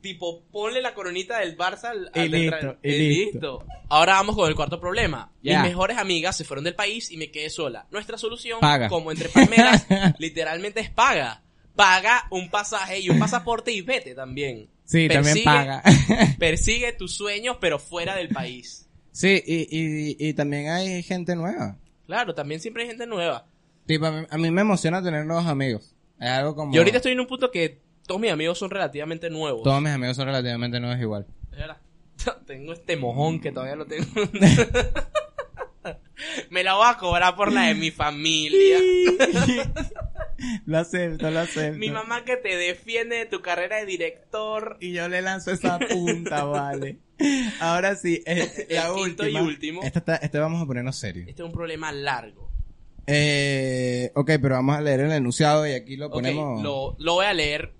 Speaker 2: Tipo, ponle la coronita del Barça al,
Speaker 1: Y
Speaker 2: al del
Speaker 1: listo,
Speaker 2: Real- eh,
Speaker 1: y listo.
Speaker 2: Ahora vamos con el cuarto problema.
Speaker 1: Ya.
Speaker 2: Mis mejores amigas se fueron del país y me quedé sola. Nuestra solución,
Speaker 1: Paga.
Speaker 2: como entre palmeras, literalmente es paga. Paga un pasaje y un pasaporte y vete también.
Speaker 1: Sí, también
Speaker 2: Persigue-
Speaker 1: paga.
Speaker 2: Persigue tus sueños, pero fuera del país.
Speaker 1: sí, y, y, y también hay gente nueva.
Speaker 2: Claro, también siempre hay gente nueva.
Speaker 1: Tipo, a mí, a mí me emociona tener nuevos amigos. Es algo como...
Speaker 2: Yo ahorita estoy en un punto que todos mis amigos son relativamente nuevos.
Speaker 1: Todos mis amigos son relativamente nuevos igual.
Speaker 2: Es verdad. Tengo este mojón que todavía lo tengo. Me la voy a cobrar por la de mi familia.
Speaker 1: lo acepto, lo acepto.
Speaker 2: Mi mamá que te defiende de tu carrera de director.
Speaker 1: Y yo le lanzo esa punta, vale. Ahora sí, eh,
Speaker 2: El
Speaker 1: la
Speaker 2: quinto
Speaker 1: última.
Speaker 2: y último.
Speaker 1: Esta Este está- esta vamos a ponernos serio.
Speaker 2: Este es un problema largo.
Speaker 1: Eh, ok, pero vamos a leer el enunciado y aquí lo
Speaker 2: Ok,
Speaker 1: ponemos.
Speaker 2: lo, lo voy a leer.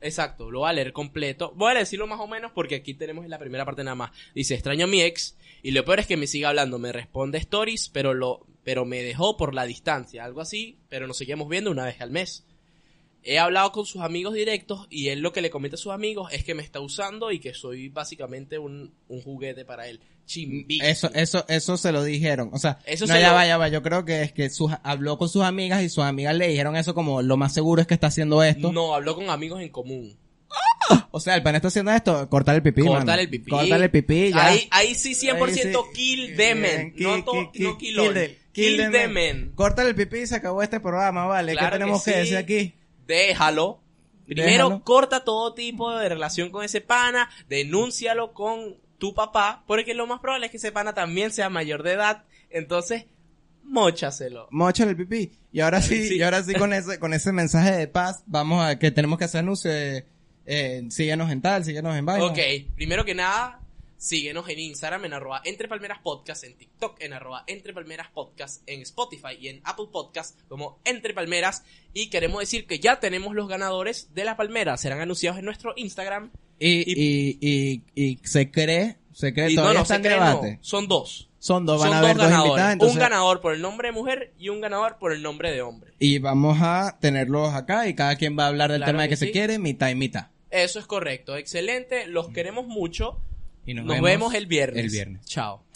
Speaker 2: Exacto, lo voy a leer completo. Voy a decirlo más o menos porque aquí tenemos la primera parte nada más. Dice, extraño a mi ex y lo peor es que me sigue hablando. Me responde stories, pero, lo, pero me dejó por la distancia, algo así, pero nos seguimos viendo una vez al mes. He hablado con sus amigos directos y él lo que le comenta a sus amigos es que me está usando y que soy básicamente un, un juguete para él. Chimbi.
Speaker 1: Mm, Eso, eso, eso se lo dijeron. O sea,
Speaker 2: Eso
Speaker 1: no,
Speaker 2: se
Speaker 1: ya
Speaker 2: lo-
Speaker 1: va, ya va. Yo creo que es que sus- habló con sus amigas y sus amigas le dijeron eso como lo más seguro es que está haciendo esto.
Speaker 2: No, habló con amigos en común.
Speaker 1: O sea, el pan está haciendo esto, cortar el pipí.
Speaker 2: Cortar
Speaker 1: mano.
Speaker 2: el pipí.
Speaker 1: Cortar el pipí, ya.
Speaker 2: Ahí, ahí sí 100%
Speaker 1: Ahí sí.
Speaker 2: kill the men.
Speaker 1: Kill-
Speaker 2: No, to-
Speaker 1: kill-
Speaker 2: no
Speaker 1: kill-
Speaker 2: kill all.
Speaker 1: kill the-
Speaker 2: Kill
Speaker 1: kill
Speaker 2: the men.
Speaker 1: Cortar el pipí y se acabó este programa, vale.
Speaker 2: Claro
Speaker 1: ¿Qué tenemos
Speaker 2: que
Speaker 1: que,
Speaker 2: sí.
Speaker 1: decir aquí?
Speaker 2: Déjalo. Primero
Speaker 1: Déjalo.
Speaker 2: corta todo tipo de relación con ese pana, denúncialo con tu papá, porque lo más probable es que ese pana también sea mayor de edad, entonces mochaselo.
Speaker 1: Mocha el pipí. Y ahora sí,
Speaker 2: Sí.
Speaker 1: y ahora sí con ese, con ese mensaje de paz, vamos a que tenemos que hacer anuncio de, eh, síguenos en tal, síguenos en vaina.
Speaker 2: Ok, primero que nada, síguenos en Instagram en arroba Entre Palmeras Podcast, en TikTok en arroba Entre Palmeras Podcast, en Spotify y en Apple Podcast como Entre Palmeras. Y queremos decir que ya tenemos los ganadores de las palmeras, serán anunciados en nuestro Instagram.
Speaker 1: Y, y, y, y se cree, se cree,
Speaker 2: Y
Speaker 1: Eh,
Speaker 2: no,
Speaker 1: todavía
Speaker 2: no,
Speaker 1: está
Speaker 2: se
Speaker 1: en
Speaker 2: creen, no,
Speaker 1: debate.
Speaker 2: son dos.
Speaker 1: Son dos, van
Speaker 2: Son
Speaker 1: a
Speaker 2: dos
Speaker 1: haber dos,
Speaker 2: ganadores.
Speaker 1: invitadas, entonces-
Speaker 2: Un ganador por el nombre de mujer y un ganador por el nombre de hombre.
Speaker 1: Y vamos a tenerlos acá y cada quien va a hablar del
Speaker 2: Claro
Speaker 1: tema de
Speaker 2: que
Speaker 1: que
Speaker 2: sí.
Speaker 1: se quiere, mitad y mitad.
Speaker 2: Eso es correcto. Excelente. Los queremos mucho.
Speaker 1: Y
Speaker 2: Nos, vemos, el viernes.
Speaker 1: El viernes.
Speaker 2: Chao.